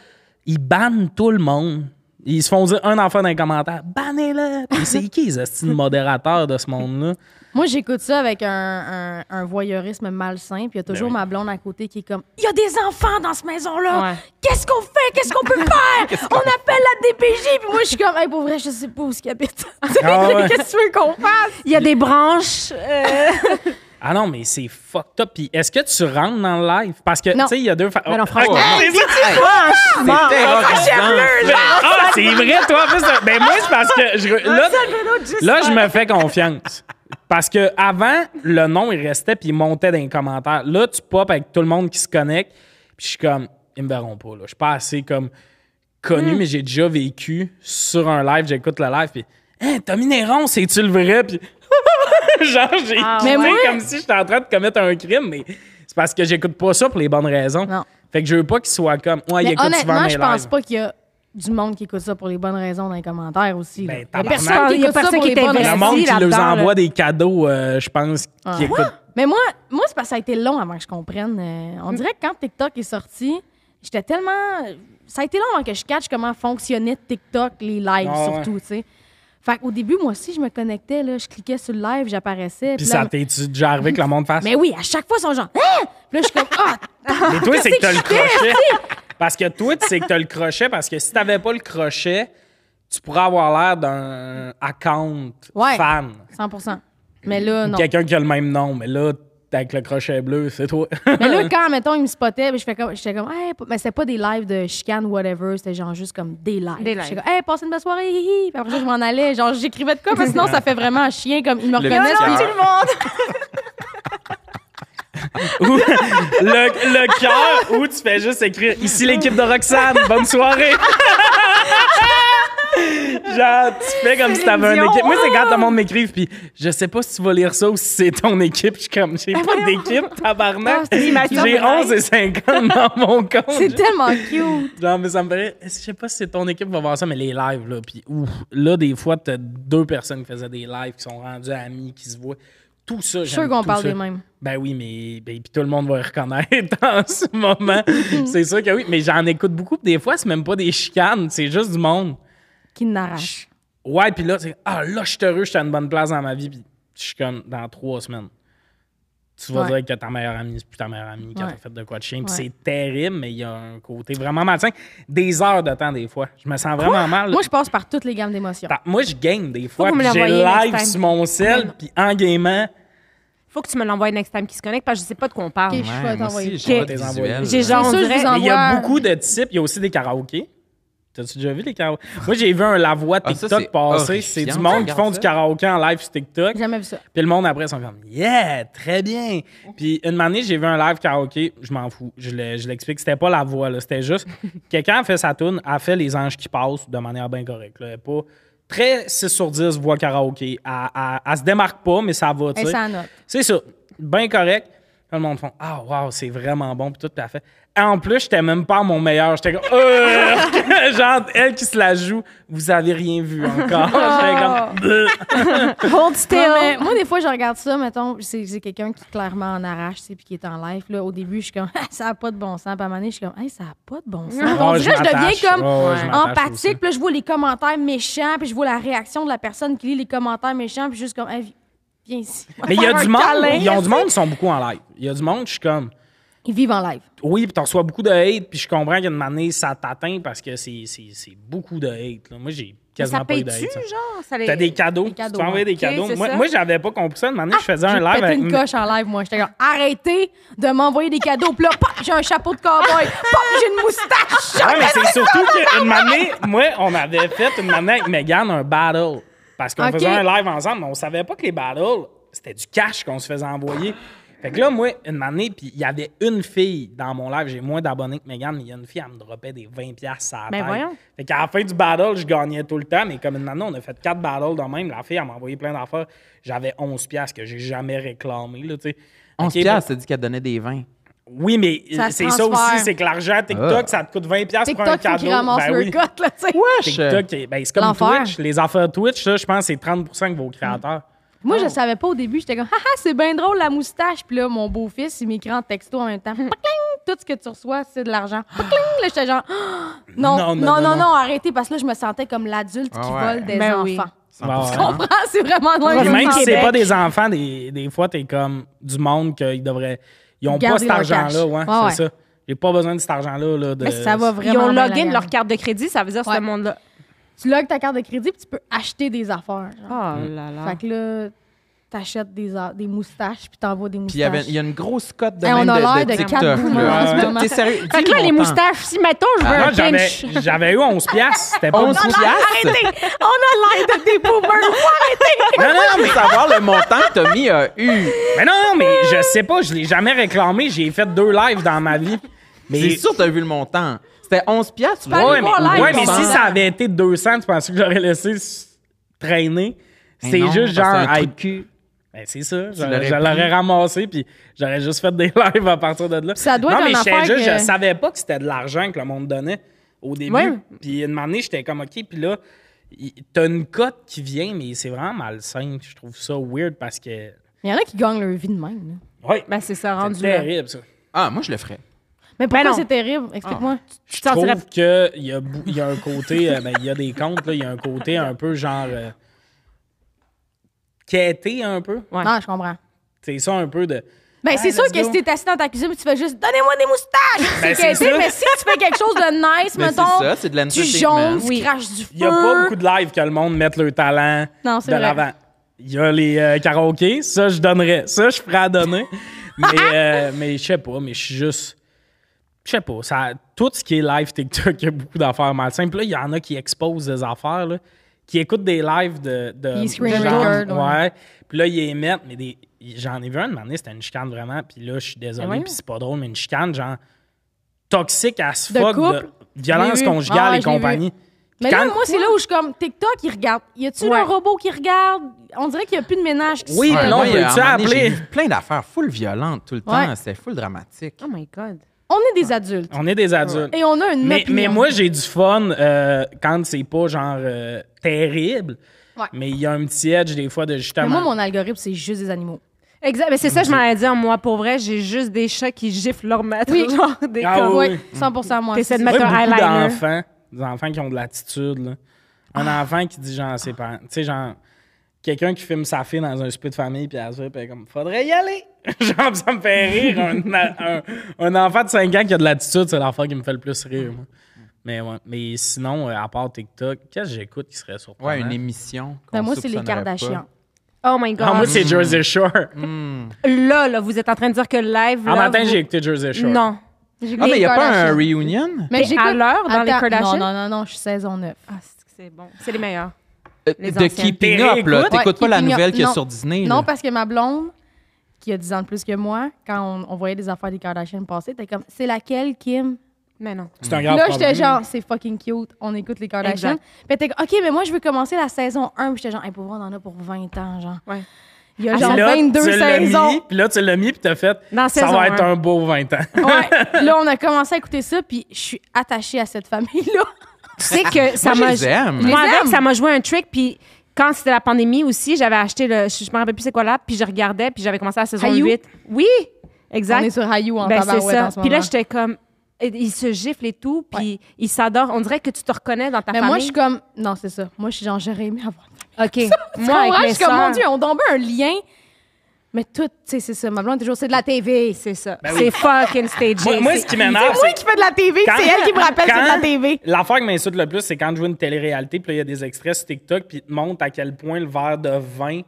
A: ils bannent tout le monde. Ils se font dire un enfant dans les commentaires, bannez-le! Puis c'est qui, les hosties de modérateurs de ce monde-là?
D: Moi, j'écoute ça avec un, un- un voyeurisme malsain. Puis il y a toujours
A: Ben oui.
D: ma blonde à côté qui est comme Il y a des enfants dans cette maison-là.
C: Ouais.
D: Qu'est-ce qu'on fait Qu'est-ce qu'on peut faire On appelle la DPJ. Puis moi, je suis comme Hey, pour vrai, je sais pas où ce qu'ils habitent.
A: Ah ouais.
D: Qu'est-ce que tu veux qu'on fasse
C: Il y a des branches. euh,
A: Ah non, mais c'est fucked up. Puis est-ce que tu rentres dans le live? Parce que, tu
D: Non.
A: sais, il y a deux... fa- Oh,
C: Mais non,
A: Ok,
C: franchement.
A: c'est ça.
B: C'est terrorisant.
A: Ben, Ah, c'est vrai, toi, en plus, ça- ben moi, c'est parce que... je- là, là, je me fais confiance. Parce que avant, le nom, il restait, puis il montait dans les commentaires. Là, tu pop avec tout le monde qui se connecte, puis je suis comme, ils me verront pas, là. Je suis pas assez, comme, connu,
D: Hmm.
A: mais j'ai déjà vécu sur un live, j'écoute le live, puis... Hein, Tommy Néron, c'est-tu le vrai? Puis... Genre, j'ai
C: Ah,
A: quitté
D: ouais.
A: comme si j'étais en train de commettre un crime, mais c'est parce que j'écoute pas ça pour les bonnes raisons.
D: Non.
A: Fait que je veux pas qu'il soit comme, ouais, Ah, il
D: Mais
A: écoute souvent
D: honnêtement,
A: mes
D: je pense
A: lives.
D: pas qu'il y a du monde qui écoute ça pour les bonnes raisons dans les commentaires aussi.
A: Ben,
D: là.
A: tabarnak.
D: personne qui
C: Il y a
D: écoute ça
C: personne
D: pour
C: qui
D: les
C: est
D: bonnes
C: investi.
A: Le
D: raisons.
A: monde qui
C: là-dedans,
A: nous envoie
C: là.
A: des cadeaux, euh, je pense,
D: Ah.
A: qui écoute.
D: Mais moi, moi c'est parce que ça a été long avant que je comprenne. Euh,
A: Mm.
D: on dirait que quand TikTok est sorti, j'étais tellement. Ça a été long avant que je catch comment fonctionnait TikTok, les lives
A: Ah ouais.
D: surtout, tu sais. Fait qu'au début, moi aussi, je me connectais, là, je cliquais sur le live, j'apparaissais.
A: Puis
D: puis là,
A: ça t'es-tu déjà arrivé que le monde fasse?
D: Mais oui, à chaque fois, ils sont genre. Ah! Puis là, je suis comme. Ah!
A: Mais toi, c'est que t'as le crochet. Parce que toi, tu sais que t'as le crochet, parce que si t'avais pas le crochet, tu pourrais avoir l'air d'un account
D: Ouais.
A: fan.
D: 100 Mais là, non.
A: Quelqu'un qui a le même nom, mais là, t'es avec le crochet bleu, c'est toi.
D: Mais là, quand, mettons, ils me spottaient, ben, je fais comme, j'étais comme, hey, p- mais c'était pas des lives de chicane, whatever, c'était genre juste comme des lives.
C: Des lives.
D: J'étais comme, hey, passez une bonne soirée, hihi. Puis après, ça, je m'en allais. Genre, j'écrivais de quoi, parce que sinon, ça fait vraiment un chien, comme, ils me
B: Le
D: reconnaissent.
B: petit
A: Ah.
D: puis-
B: cœur.
A: Ou le le cœur où tu fais juste écrire ici l'équipe de Roxane, bonne soirée. Genre, tu fais comme si t'avais une
C: Céline Dion.
A: équipe. Moi, c'est quand le monde m'écrive, puis je sais pas si tu vas lire ça ou si c'est ton équipe. Je suis comme, j'ai pas d'équipe,
C: Ah,
A: tabarnak.
C: c'est une animation
A: J'ai
C: de
A: 11 et 50 dans mon compte.
D: C'est tellement cute.
A: Genre, mais ça me paraît. Je sais pas si ton équipe va voir ça, mais les lives, là. Puis, ouf, là, des fois, t'as deux personnes qui faisaient des lives, qui sont rendues amies, qui se voient. Tout ça,
D: suis
A: j'aime
D: qu'on
A: tout
D: parle
A: ça.
D: des mêmes.
A: Ben oui, mais ben, puis tout le monde va les reconnaître en ce moment. c'est sûr que oui, mais j'en écoute beaucoup. puis Des fois, c'est même pas des chicanes, c'est juste du monde.
D: Qui n'arrache.
A: Ouais, puis là, c'est ah là, je suis heureux, je suis à une bonne place dans ma vie, puis je suis comme dans trois semaines. Tu vas
D: Ouais.
A: dire que ta meilleure amie, c'est plus ta meilleure amie, quand
D: Ouais.
A: t'as fait de quoi de chien. Puis
D: Ouais.
A: c'est terrible, mais il y a un côté vraiment malsain. Des heures de temps, des fois. Je me sens vraiment mal.
D: Moi, je passe par toutes les gammes d'émotions.
A: Ta- Moi, je game des fois.
C: que vous me
A: puis J'ai
C: l'envoyez next
A: live
C: time.
A: sur mon sel, puis en gamement.
C: Faut que tu me l'envoies next time qui se connecte parce que je sais pas de quoi on parle.
D: Ok, je
B: Ouais,
D: vais
B: moi
D: t'envoyer.
B: aussi, j'ai
A: Ok.
B: pas de visuel.
C: J'ai genre,
D: C'est
C: on
D: sûr, je
C: dirait-
D: vous
A: Mais il y a
D: envoie-
A: beaucoup de types. Il y a aussi des karaokés. T'as-tu déjà vu les karaokés? Moi, j'ai vu un La Voix
B: Ah, ça,
A: TikTok
B: c'est
A: passer.
B: horrifiant,
A: C'est du monde qui
B: regarde
A: font
B: ça.
A: du karaoké en live sur TikTok.
D: J'ai jamais vu ça.
A: Puis le monde après, ils sont comme Yeah, très bien. Puis une année, j'ai vu un live karaoké, je m'en fous. Je le- je l'explique, c'était pas la voix, là. C'était juste quelqu'un a fait sa tune, a fait les anges qui passent de manière bien correcte. Là. Elle est Pas très 6 sur 10 voix karaoké. Elle, elle- elle se démarque pas, mais ça va. tu
D: Elle
A: sais.
D: s'en note.
A: C'est ça. Bien correct. Là, le monde font Ah, waouh, c'est vraiment bon. Puis tout, puis elle fait. En plus, j'étais même pas à mon meilleur. J'étais comme Euh! Genre, elle qui se la joue, vous avez rien vu encore. J'étais
D: Oh.
A: comme Bleh.
C: Hold
D: Non,
C: still.
D: mais moi, des fois, je regarde ça, mettons, c'est c'est quelqu'un qui clairement en arrache, tu sais, puis qui est en live. Là, au début, je suis comme, Ah, ça a pas de bon sens. Puis à un moment donné, je suis comme, hey, ça a pas de bon sens. On
A: je
D: dirait que je
A: m'attache.
D: deviens comme
A: Ouais, ouais, je m'attache aussi.
D: empathique. Puis là, je vois les commentaires méchants, puis je vois la réaction de la personne qui lit les commentaires méchants, puis juste comme, hey, vi- viens ici.
A: Mais il y a
D: Faire
A: du
D: un
A: monde,
D: câlin.
A: ils ont du monde qui sont beaucoup en live. Il y a du monde, je suis comme,
D: Ils vivent en live.
A: oui, puis t'en reçois beaucoup de hate, puis je comprends qu'une année, ça t'atteint parce que c'est, c'est, c'est beaucoup de hate. là. Moi, j'ai quasiment
C: Ça
A: pas eu de
C: paye-tu,
A: hate. ça.
C: genre? Ça les-
A: T'as des cadeaux.
D: Des cadeaux,
A: tu t'envoies des
C: ok,
A: cadeaux.
C: c'est
A: Moi,
C: ça.
A: moi, j'avais pas compris ça. Une année, je faisais un
D: Ah, J'ai
A: live
D: pété
A: avec
D: une coche en live, moi. J'étais comme, arrêtez de m'envoyer des cadeaux. Puis là, pop, j'ai un chapeau de cowboy. Pop, j'ai une moustache.
A: Ouais, mais c'est surtout qu'une année, moi, on avait fait une année avec Megan un battle. Parce qu'on
D: Ok.
A: faisait un live ensemble, mais on savait pas que les battles, c'était du cash qu'on se faisait envoyer. Fait que là, moi, une année, puis il y avait une fille dans mon live, j'ai moins d'abonnés que Megan, mais il y a une fille, elle me dropait des 20$ à la
C: Mais
A: tête.
C: voyons.
A: Fait qu'à la fin du battle, je gagnais tout le temps, mais comme une année, on a fait quatre battles de même, la fille, elle m'a envoyé plein d'affaires. J'avais 11$ que j'ai jamais réclamé, là, tu sais.
B: 11
A: Ok,
B: piastres, t'as dit qu'elle donnait des vins.
A: Oui, mais
D: Ça se
A: c'est ça aussi,
D: transfère.
A: c'est que l'argent à TikTok,
B: Ah.
A: ça te coûte 20$ pour un
D: TikTok, faut
A: cadeau.
D: qu'ils ramassent
A: Ben
D: leur
A: oui.
D: cote, là, tu sais.
A: TikTok, eh, ben, c'est comme
D: L'enfer.
A: Twitch. Les affaires Twitch, là, je pense que c'est 30 que vos créateurs.
D: Moi, je savais pas au début. J'étais comme, haha, c'est bien drôle la moustache. Puis là, mon beau-fils, il m'écrit en texto en même temps. Pacling! Tout ce que tu reçois, c'est de l'argent. Pacling! Là, j'étais genre, Ah! non, non, non, non, arrêtez. Parce que là, je me sentais comme l'adulte
B: Ah
D: qui
B: ouais. Ah.
D: vole des
C: Ben
D: enfants.
C: oui.
A: Ouais.
D: Tu comprends? C'est vraiment loin
A: Puis
D: de
A: même si c'est
C: Québec.
A: pas des enfants, des, des fois, t'es comme du monde qu'ils devraient. Ils ont pas
D: Garder
A: cet
D: leur
A: argent-là,
D: cash.
A: ouais,
D: Ouais,
A: c'est
D: ouais.
A: ça. J'ai pas besoin de cet argent-là. Là, de...
D: Mais ça va
C: Ils
D: vraiment. bien,
C: ont
D: la
C: login de
D: gang.
C: leur carte de crédit, ça veut dire
D: Ouais.
C: ce monde-là.
D: Tu logs ta carte de crédit puis tu peux acheter des affaires. genre.
C: Oh
A: Mm.
C: là là.
D: Fait que là, t'achètes des, a- des moustaches puis t'envoies des
B: Puis il y, avait,
D: moustaches.
B: il y a une grosse cote de
D: Hey, on
B: même
D: a
B: de,
D: l'air
B: de
D: de
B: TikTok.
D: quatre boomers
B: là.
D: en ce moment.
B: T'es sérieux?
C: Fait
B: Dis
C: que là,
B: le
C: les
B: montant.
C: moustaches, si mettons, je veux
A: Ah,
C: un
A: j'avais,
C: pinch.
A: j'avais eu 11 piastres. C'était pas
B: 11
A: beaucoup.
B: piastres?
C: Arrêtez! On a l'air de des boomers! Arrêtez!
B: Non, non, non, mais savoir le montant que Tommy a eu.
A: Mais non, non, mais je sais pas, je l'ai jamais réclamé. J'ai fait deux lives dans ma vie. Mais
B: C'est sûr que t'as vu le montant. C'était 11 piastres.
D: Allez
A: Ouais, mais,
D: voir live,
A: ouais,
D: ton
A: mais si
D: band.
A: ça avait été 200, tu pensais que j'aurais laissé s- traîner?
B: Mais
A: C'est
B: non,
A: juste
B: parce que
A: genre.
B: c'est un
A: hey,
B: trou de cul.
A: Ben, c'est ça. J'aurais-
B: l'aurais
A: Je l'aurais
B: pris.
A: ramassé, puis j'aurais juste fait des lives à partir de là.
D: Ça doit
A: non,
D: être
A: mais
D: une
A: j'étais
D: affaire
A: juste,
D: que-
A: je savais pas que c'était de l'argent que le monde donnait au début.
C: Ouais.
A: Puis une année, j'étais comme, OK, puis là, il- t'as une cote qui vient, mais c'est vraiment malsain. Je trouve ça weird parce que.
D: Il y en a qui gagnent leur vie de même. là.
A: Ouais,
C: Ben, c'est ça,
A: c'est
C: rendu là.
A: terrible, ça.
B: Ah, moi, je le ferais.
D: Mais
C: Ben
D: pourquoi
C: non.
D: c'est terrible? Explique-moi.
C: Tu
A: Je
C: t'en serais-
A: trouve qu'il y, a bou- il y a un côté, euh, ben, il y a des comptes, là, il y a un côté un peu genre. euh, quêté un peu.
C: Ouais.
D: Non, je comprends.
A: C'est ça un peu de.
D: Ben, c'est
A: let's
D: sûr que
A: go.
D: si t'es assis dans ta cuisine et tu fais juste donnez-moi des moustaches!
A: Ben,
D: c'est
A: c'est
D: qu'aider,
A: ça.
D: mais si tu fais quelque chose de nice,
B: Mais Ben, c'est
D: mettons,
B: ça, c'est de
D: tu
B: l'entertainment.
D: jonges,
C: Oui.
D: tu craches du feu.
A: Il n'y a pas beaucoup de live que le monde mette leur talent
D: Non,
A: de
D: c'est vrai.
A: l'avant. Il y a les euh, karaokés, ça je donnerais, ça je ferais à donner. mais euh, mais je sais pas, mais je suis juste. Je sais pas, ça, tout ce qui est live TikTok, il y a beaucoup d'affaires malsaines. Puis là, il y en a qui exposent des affaires, là, qui écoutent des lives de. de
D: Ils screen
A: de
D: record,
A: gens, ouais. Puis là, ils les mettent, mais des- j'en ai vu un de donné, c'était une chicane vraiment. Puis là, je suis désolé,
C: Ah ouais?
A: puis c'est pas drôle, mais une chicane, genre, toxique à ce
D: De
A: fuck,
D: couple?
A: de violence
D: Je l'ai vu. Ah
A: conjugale
D: ouais,
A: et
D: je l'ai vu.
A: compagnie.
D: Mais
A: Puis
D: là,
A: quand-
D: moi, c'est là où je suis comme TikTok, ils regardent. Y a-tu
C: Ouais.
D: un robot qui regarde? On dirait qu'il y a plus de ménage qui se
A: Oui,
D: fait.
A: puis là, on
B: moi,
A: peut-tu
B: à un moment donné,
A: appeler-
B: J'ai vu plein d'affaires full violentes tout le temps.
D: Ouais.
B: C'était full dramatique.
A: Ah,
C: Oh my God.
D: On est des adultes.
A: On est des adultes.
D: Et on a une
A: Mais,
D: opinion.
A: mais moi, j'ai du fun euh, quand c'est pas genre euh, terrible.
D: Ouais.
A: Mais il y a un petit edge des fois de
D: Mais
A: justement.
D: moi, mon algorithme, c'est juste des animaux.
C: Exact. Mais ben, c'est ça, je m'en ai dit, hein, moi, pour vrai, j'ai juste des chats qui giflent leur maître.
D: Oui.
C: Genre, des
A: Ah
C: comme-
A: oui.
D: Oui, 100 moi.
C: T'essaies de
A: Moi,
C: mettre un
A: beaucoup
C: eyeliner.
A: d'enfants, des enfants qui ont de l'attitude. là. Un
D: Ah.
A: enfant qui dit genre à ses parents, tu sais, genre, quelqu'un qui filme sa fille dans un souper de famille, puis elle se fait, puis elle est comme, faudrait y aller. genre, ça me fait rire. Un, un- un enfant de 5 ans qui a de l'attitude, c'est l'enfant qui me fait le plus rire, moi. Mais, ouais. mais sinon, euh, à part TikTok, qu'est-ce que j'écoute qui serait surprenant?
B: Ouais, une émission. qu'on
D: Ben, moi, c'est les
B: soupçonnerait pas.
D: Kardashians.
C: Oh my God.
A: Ah, moi, c'est Jersey Shore.
C: Là, là, vous êtes en train de dire que live.
A: En
C: là,
A: matin,
C: vous-
A: j'ai écouté Jersey Shore.
C: Non.
B: Ah, mais il n'y a pas un
D: Kardashians.
B: reunion?
D: Mais
C: T'es à l'heure dans les Kardashians?
D: Non, non, non, non, je suis saison 9.
C: Ah, c'est que c'est bon. C'est les meilleurs.
B: Euh,
C: Les
B: de
C: anciennes.
B: Keeping
A: T'es
B: Up, là.
A: réécoute?
B: T'écoutes pas
D: Ouais,
B: la
D: Keeping Up.
B: nouvelle qu'il y a
D: Non.
B: sur Disney.
D: Non,
B: là.
D: parce que ma blonde, qui a 10 ans de plus que moi, quand on, on voyait des affaires des Kardashians passer, t'es comme, c'est laquelle, Kim?
C: Mais non.
A: C'est un
D: Puis
A: grave
D: là,
A: problème.
D: j'étais genre, c'est fucking cute, on écoute les Kardashians.
C: Exact.
D: Puis t'es comme, OK, mais moi, je veux commencer la saison 1. Puis j'étais genre, hey, pour vrai, on en a pour 20 ans, genre.
C: Ouais.
D: Il y a
C: Ah,
D: genre
A: Puis là,
D: 22
A: tu l'as
D: saisons.
A: mis, Puis là, tu l'as mis, puis t'as fait.
C: Dans
A: ça
C: saison
A: va être
C: un.
A: un beau 20 ans.
D: Ouais. Puis là, on a commencé à écouter ça, puis je suis attachée à cette famille-là.
C: Tu sais que ça
B: Moi, je
C: m'a.
B: les aime.
C: Moi,
D: Je les
C: avec,
D: aime.
C: ça m'a joué un trick. Puis quand c'était la pandémie aussi, j'avais acheté le. Je je me rappelle plus c'est quoi là. Puis je regardais. Puis j'avais commencé la saison
D: Hayu?
C: 8. Oui. Exact.
D: On est sur Hayou en
C: Ben, c'est
D: tabarouette
C: ça.
D: en ce
C: Puis là,
D: moment.
C: j'étais comme. et- Ils se giflent et tout. Puis ils s'adorent. On dirait que tu te reconnais dans ta
D: Mais
C: famille.
D: moi, je suis comme, non, c'est ça. Moi, je suis genre, j'aurais aimé avoir
C: OK.
D: Moi,
C: moi, avec mes
D: je suis comme,
C: sœurs,
D: mon Dieu, on tombait un lien. Mais tout, tu sais, c'est ça. Ma blonde, toujours, c'est de la TV. C'est
C: c'est ça.
A: Ben oui.
C: c'est fucking stagé.
A: Moi, moi, ce qui m'énerve, c'est.
D: qui fais de la TV,
A: quand-
D: c'est elle qui me rappelle c'est de la
A: quand-
D: TV.
A: L'affaire qui m'insulte le plus, c'est quand je vois une télé-réalité, puis là, il y a des extraits sur TikTok, puis ils te montrent à quel point le verre de vin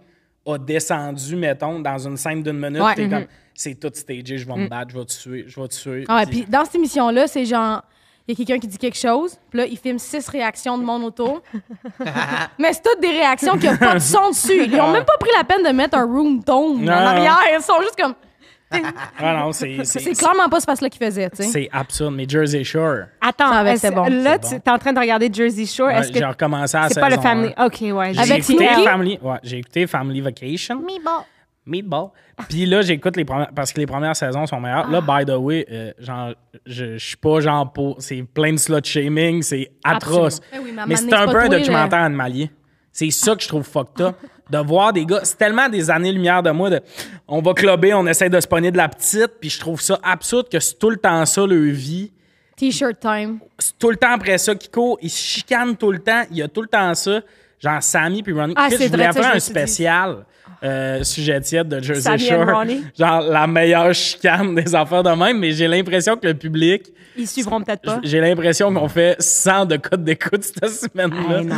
A: a descendu, mettons, dans une scène d'une minute.
D: Ouais.
A: T'es
D: Mhm.
A: comme, c'est tout stagé, je vais me battre, je vais te tuer, je vais te tuer.
D: Ah ouais,
A: Puis-
D: puis dans cette émission-là, c'est genre, il y a quelqu'un qui dit quelque chose, puis là, il filme six réactions de mon auto. mais c'est toutes des réactions qui n'ont pas de son dessus. Ils ont même pas pris la peine de mettre un room tone en
A: Non.
D: arrière. Ils sont juste comme,
A: Ah non, c'est. c'est-
D: c'est clairement pas ce passe-là qu'ils faisaient, tu sais.
A: C'est absurde, mais Jersey Shore.
C: Attends,
D: Ça, ben,
C: est-ce-
D: c'est bon.
C: là,
A: C'est
C: tu es en train de regarder Jersey Shore.
A: Ouais,
C: Est-ce que
A: J'ai recommencé à la
C: c'est pas le
A: saison un.
C: family? OK, ouais.
A: J'ai
D: Avec
A: écouté
D: Snoopy?
A: Family, ouais, j'ai écouté Family Vacation. Meatball. Puis là, j'écoute les premières. Parce que les premières saisons sont meilleures. Là, by the way, euh, genre, je, je suis pas genre pour. C'est plein de slut shaming, c'est atroce.
D: Absolument. Ben oui, mais à un
A: mais
D: moment
A: c'est
D: donné,
A: un
D: c'est
A: peu
D: pas
A: un
D: toi,
A: documentaire animalier. C'est ça que je trouve fucked up. De voir des gars, c'est tellement des années-lumière de moi, de on va clubber, on essaie de se pogner de la petite, puis je trouve ça absurde que c'est tout le temps ça, leur vie
D: T-shirt time.
A: c'est tout le temps après ça qui court. Ils se chicanent tout le temps. Il y a tout le temps ça. Genre Sammy puis Ronnie.
C: Ah,
A: Chris,
C: c'est
A: je voulais
C: vrai, ça,
A: faire
C: je
A: un
C: me suis dit.
A: spécial euh, sujet tiède de Jersey
C: Sammy and
A: Shore.
C: Ronnie.
A: Genre la meilleure chicane des affaires de même, mais j'ai l'impression que le public,
C: Ils suivront peut-être pas.
A: j'ai l'impression qu'on fait 100 de code d'écoute cette semaine-là.
C: Ah, non.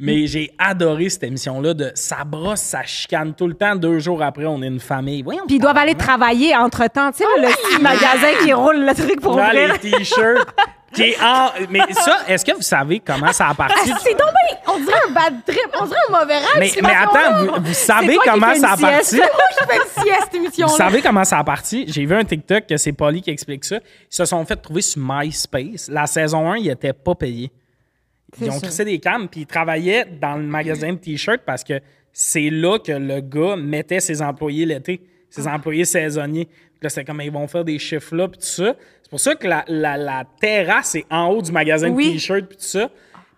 A: mais j'ai adoré cette émission-là de ça brosse, ça chicane tout le temps. Deux jours après, on est une famille. Voyons.
C: Puis ils doivent aller travailler entre-temps. Tu sais,
D: Oh
C: le petit magasin qui roule le truc pour
A: Là,
C: ouvrir.
A: les t-shirts. qui est en- Mais ça, est-ce que vous savez comment
C: Ah,
A: ça a parti?
D: Ah, C'est tombé! On dirait un bad trip, on dirait un mauvais rêve.
A: Mais,
D: cette
A: mais
D: émission-là.
A: attends, vous, vous savez
C: toi qui
A: comment
C: fais une
A: ça a parti?
C: sieste.
D: Moi, Oh, je fais une sieste, émission
A: Vous savez comment ça a parti? J'ai vu un TikTok que c'est Polly qui explique ça. Ils se sont fait trouver sur MySpace. La saison 1, ils n'étaient pas payés. ils ont
C: ça.
A: crissé des cams, puis ils travaillaient dans le magasin de T-shirts parce que c'est là que le gars mettait ses employés l'été, ses
C: Ah.
A: employés saisonniers. Puis là, c'était comme, ils vont faire des chiffres là, puis tout ça. C'est pour ça que la, la- la terrasse est en haut du magasin de
C: Oui.
A: T-shirts, puis tout ça.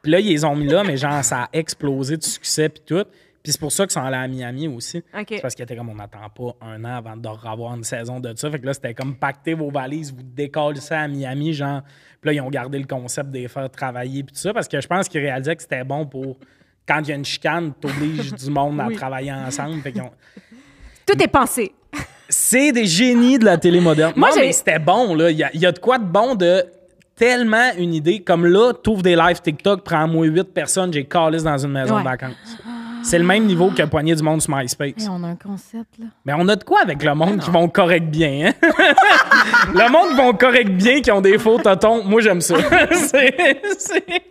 A: Puis là, ils les ont mis là, mais genre, ça a explosé de succès, puis tout. Puis c'est pour ça qu'ils sont allés à Miami aussi.
C: OK.
A: C'est parce qu'ils étaient comme, on n'attend pas un an avant de revoir une saison de ça. Fait que là, c'était comme, pactez vos valises, vous décollez ça à Miami, genre. Puis là, ils ont gardé le concept de les faire travailler, puis tout ça, parce que je pense qu'ils réalisaient que c'était bon pour. Quand il y a une chicane, t'obliges du monde à travailler ensemble. Fait qu'ils ont-
C: Tout est pensé.
A: c'est des génies de la télé moderne.
C: Moi,
A: non,
C: j'ai-
A: mais c'était bon, là. Il y, a- il y a de quoi de bon de tellement une idée. Comme là, t'ouvres des lives TikTok, prends-moi 8 personnes, j'ai calisse dans une maison
C: Ouais.
A: de vacances. C'est le même niveau que poignée du monde sur MySpace.
D: on a un concept, là.
A: Mais on a de quoi avec le monde qui vont correct bien, hein? le monde qui vont correct bien, qui ont des faux totons. Moi, j'aime ça. c'est... c'est-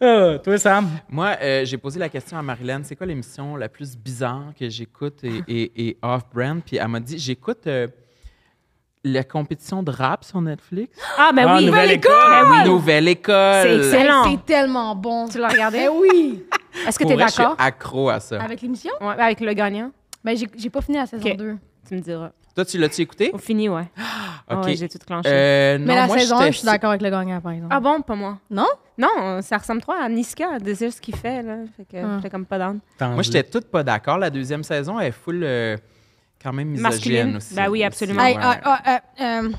A: Ah, toi, Sam?
B: Moi, euh, j'ai posé la question à Marilyn, c'est quoi l'émission la plus bizarre que j'écoute et, et- et off-brand? Puis elle m'a dit, j'écoute euh, la compétition de rap sur Netflix.
C: Ah, ben
A: Ah,
C: oui.
A: nouvelle
D: Oh
C: Ben
A: école!
C: oui.
B: Nouvelle école!
C: C'est excellent. Excellent.
D: Hey, Ah, c'est tellement bon.
C: Tu l'as regardé?
D: Eh oui!
C: Est-ce que
B: Pour
C: tu es
B: vrai, je suis
C: d'accord?
B: accro à ça.
D: Avec l'émission?
C: Ouais, avec le gagnant,
D: Ben, j'ai j'ai pas fini la saison
C: Ok.
D: 2.
C: tu me diras.
B: Toi, tu l'as-tu écouté?
C: Au fini, ouais. Ah
B: Ok.
C: ouais, j'ai tout clenché.
B: Euh, non,
D: Mais la
B: moi,
D: saison
B: j'étais
D: 1, je suis d'accord avec le gagnant, par exemple.
C: Ah bon, pas moi.
D: Non?
C: Non, euh, ça ressemble trop à Niska, de ce qu'il fait, là. Fait que
D: Ah.
C: j'étais comme pas
B: Euh,
C: down.
B: Moi, j'étais toute pas d'accord. La deuxième saison, elle est full euh, quand même misogyne
C: Masculine.
B: aussi.
C: Ben oui, absolument.
D: Hey,
B: Ouais.
D: ah, ah, euh, euh,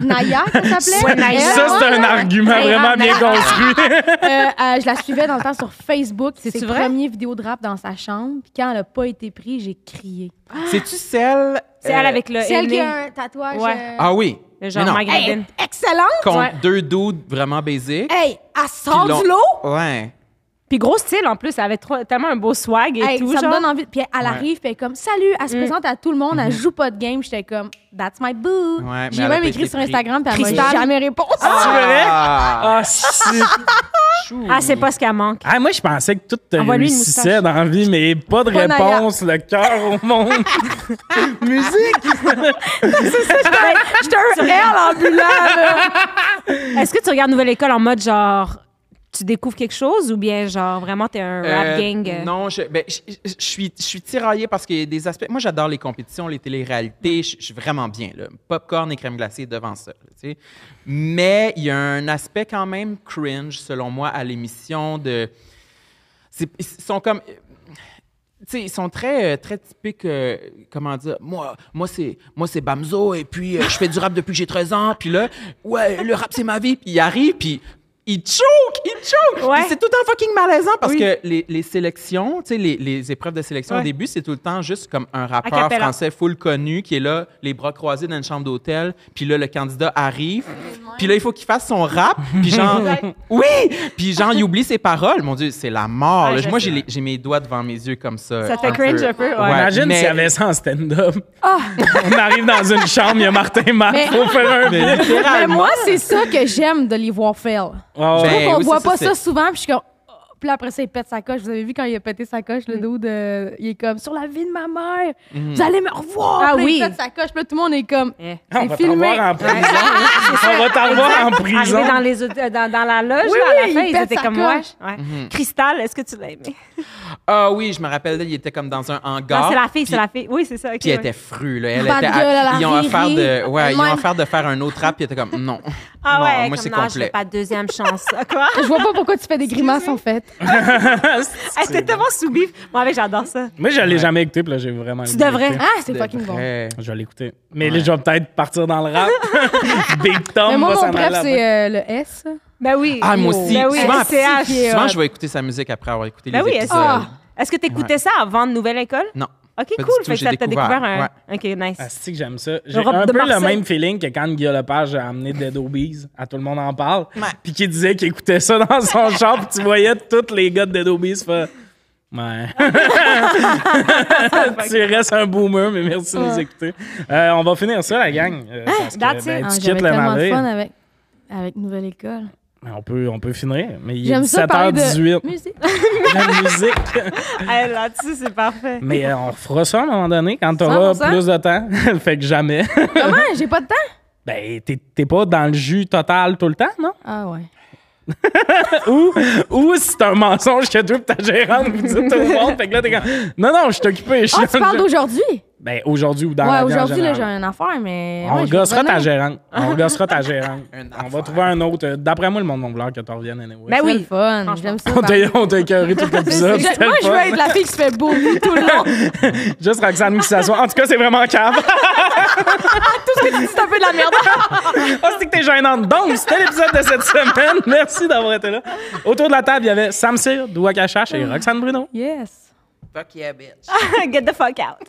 D: Naya, ça hein? s'appelait?
C: Ouais,
D: Elle,
C: Naya.
A: Ça, c'est un argument
C: Hey,
A: vraiment
C: ah,
A: bien
C: mais-
A: construit.
D: Euh, euh, je la suivais dans le temps sur Facebook. C'est
C: C'est-tu
D: ses
C: vrai?
D: premiers vidéos de rap dans sa chambre. Puis quand elle a pas été prise, j'ai crié.
B: C'est-tu celle.
C: C'est
B: euh,
C: elle avec le
D: Celle qui
C: aîné,
D: a un tatouage.
C: Ouais.
D: euh,
B: Ah oui.
C: le genre
B: Mais non.
C: maghrébine.
D: excellent!
B: Contre
C: Ouais.
B: deux dudes vraiment basiques.
D: Hey, elle
B: qui
D: sort
B: l'ont-
D: du lot!
B: Ouais.
C: Puis gros style, en plus. Elle avait trop- tellement un beau swag et
D: Hey,
C: tout,
D: ça
C: genre.
D: me donne envie. Puis elle arrive, puis elle est comme Salut, elle se présente à tout le monde, elle joue pas de game. J'étais comme That's my boo.
B: Ouais, mais elle
D: J'ai
B: a
D: même
B: pas
D: écrit
B: été
D: sur
B: prise.
D: Instagram, puis elle m'a
C: Crystal.
D: jamais répondu.
A: C'est vrai?
B: Ah,
A: Ah, si.
B: chou.
C: Ah, c'est pas ce qu'elle manque.
A: Ah, moi, je pensais que tout te
C: Envoie-lui une
A: réussissait dans la vie, mais pas de
D: Pas Naya.
A: réponse, le cœur au monde. Musique!
C: J'étais un réel ambulant, là. Est-ce que tu regardes Nouvelle École en mode genre, tu découvres quelque chose ou bien genre vraiment t'es un
B: Euh,
C: rap gang? euh?
B: Non, je, ben, je, je- je suis, je suis tiraillée parce qu'il y a des aspects. Moi, j'adore les compétitions, les téléréalités. Je, je suis vraiment bien. Là. Popcorn et crème glacée devant ça. là, tu sais. Mais il y a un aspect quand même cringe, selon moi, à l'émission de. c'est- Ils sont comme. Tu sais, ils sont très, euh, très typiques, euh, comment dire, moi, moi c'est moi c'est Bamzo, et puis euh, je fais du rap depuis que j'ai 13 ans, puis là, ouais, le rap, c'est ma vie, puis ils arrivent, puis ils choquent, ils choquent!
C: Ouais.
B: Puis C'est tout le temps fucking malaisant, parce
C: Oui.
B: que les, les sélections, tu sais, les, les épreuves de sélection
C: Ouais.
B: au début, c'est tout le temps juste comme un rappeur
C: Acapella.
B: français full connu qui est là, les bras croisés dans une chambre d'hôtel, puis là, le candidat arrive, puis là, il faut qu'il fasse son rap, puis genre, oui! Puis genre, il oublie ses paroles. Mon Dieu, c'est la mort.
C: Ouais,
B: là.
C: je
B: Moi,
C: sais.
B: j'ai les- j'ai mes doigts devant mes yeux comme ça.
C: Ça te fait
B: un
C: cringe
B: peu.
C: un peu, ouais.
B: Ouais,
A: Imagine
B: mais-
A: s'il y avait ça en stand-up. On arrive dans une chambre, il y a Martin Matt, faut faire un
B: Mais
A: bit.
D: Mais
B: littéralement.
D: moi, c'est ça que j'aime de les voir fail.
A: Ah ouais.
B: Ben,
D: on
B: oui,
D: voit
B: c'est
D: pas
B: c'est-
D: ça souvent, puis je suis comme. oh. Puis là, après ça, il pète sa coche. Vous avez vu quand il a pété sa coche, le dos de. Il est comme sur la vie de ma mère. Vous allez me revoir.
C: Ah
D: Puis là, Il
C: oui.
D: pète sa coche. Puis là, tout le monde est comme.
C: Eh.
A: Ah, On
D: C'est
A: va t'en
D: filmé.
A: voir en prison. On va t'en voir en prison.
C: Arrivé dans, les, aud- euh, dans, dans la loge,
D: Oui,
C: là, à
D: oui,
C: la fin,
D: il
C: ils
D: pète
C: étaient
D: sa
C: comme moi.
D: coche.
C: Ouais.
B: Mhm.
C: Cristal, est-ce que tu l'as aimé?
B: Ah oui, je me rappelle, là, il était comme dans un hangar.
C: Non, c'est la fille,
B: puis-
C: c'est la fille. Oui, c'est ça. ok,
B: Puis elle
C: ouais.
B: était frue, là. Elle
D: Bad
B: était à-
D: girl, elle a
B: ils ont
D: ri,
B: affaire
D: ri.
B: de, ouais, ils ont
D: Elle-même.
B: affaire de faire un autre rap, puis elle était comme, non.
C: Ah
B: non,
C: ouais,
B: moi,
C: comme,
B: c'est
C: non, je veux
B: complet.
C: pas de deuxième chance. Ah, Quoi?
D: Je vois pas pourquoi tu fais des grimaces, en fait.
C: Elle était tellement sous-bif. Moi, avec, j'adore ça.
A: Moi, je l'ai jamais écouté, puis là, j'ai vraiment Tu
C: devrais.
D: Ah, c'est fucking bon.
B: Vrai.
A: Je vais l'écouter. Mais là, je vais peut-être partir dans le rap. Big Tom
D: Mais moi,
A: va
D: mon
A: s'en
D: préf,
A: aller après.
D: c'est euh, le S.
C: Ben oui.
B: Ah, moi aussi.
C: Ben oui,
B: souvent,
C: SCH.
B: souvent, je vais écouter sa musique après avoir écouté
C: euh, Ben
B: les
C: oui,
B: épisodes.
C: SCH. Est-ce que t'écoutais ça avant de Nouvelle École?
B: Non.
C: OK,
B: Pas du
C: cool.
B: tout,
C: Fait que
B: j'ai
C: ça t'a découvert un...
B: Ouais.
C: OK,
D: euh,
C: nice.
A: Ah, c'est que j'aime ça. J'ai
C: robe
A: un
C: de
A: peu le
C: Marseille.
A: même feeling que quand Guy Lepage a amené Dead Obies, à tout le monde en parle, puis qu'il disait qu'il écoutait ça dans son char, puis tu voyais tous les gars de Dead Obies faire Ouais. tu restes un boomer, mais merci de nous écouter. Euh, on va finir ça, la gang. euh, parce que,
C: that's
A: ben,
C: it.
A: tu
D: Ah,
A: quittes
D: J'avais
A: le
D: tellement de
A: navire.
D: fun avec, avec Nouvelle École.
A: Mais On peut, on peut finir, mais il est
D: J'aime ça parler de
A: 17h18.
D: musique.
A: La musique.
C: Hey, Là-dessus, c'est parfait.
A: Mais euh, on refera ça à un moment donné quand t'auras
D: 100%.
A: plus de temps. fait que jamais.
D: Comment? J'ai pas de temps?
A: ben, t'es t'es pas dans le jus total tout le temps, non?
D: Ah ouais.
A: ou ou c'est un mensonge que toi et ta gérante vous dites tout le monde. Fait que là, t'es comme, non, non, je suis occupé. Je
D: Ah,
A: suis-
D: tu parles d'aujourd'hui?
A: Ben, aujourd'hui ou dans la
D: Ouais,
A: vie en
D: aujourd'hui, là,
A: général.
D: j'ai une affaire, mais. ouais,
A: On
D: je vais
A: gossera ta
D: revenir.
A: gérante. On gossera ta gérante.
B: Une
A: On va
B: affaire.
A: trouver un autre. Euh, D'après moi, le monde va vouloir que tu reviennes. Anyway.
C: Ben
D: C'est
C: oui.
D: le fun.
C: Franchement.
D: J'aime ça.
A: on t'a
D: parler.
A: on t'a écœuré tout l'épisode.
D: Je-
A: c'était
D: Moi,
A: le
D: je
A: fun.
D: veux être la fille qui se fait beau tout le long.
A: Juste Roxane qui s'assoit. En tout cas, c'est vraiment cave.
D: C'est un peu de la merde.
A: Ah, c'est que t'es gênante. Donc, c'était l'épisode de cette semaine. Merci d'avoir été là. Autour de la table, il y avait Sam Cyr, Doua Cachache et Roxane Bruno.
D: Yes.
B: Fuck yeah, bitch.
C: Get the fuck out.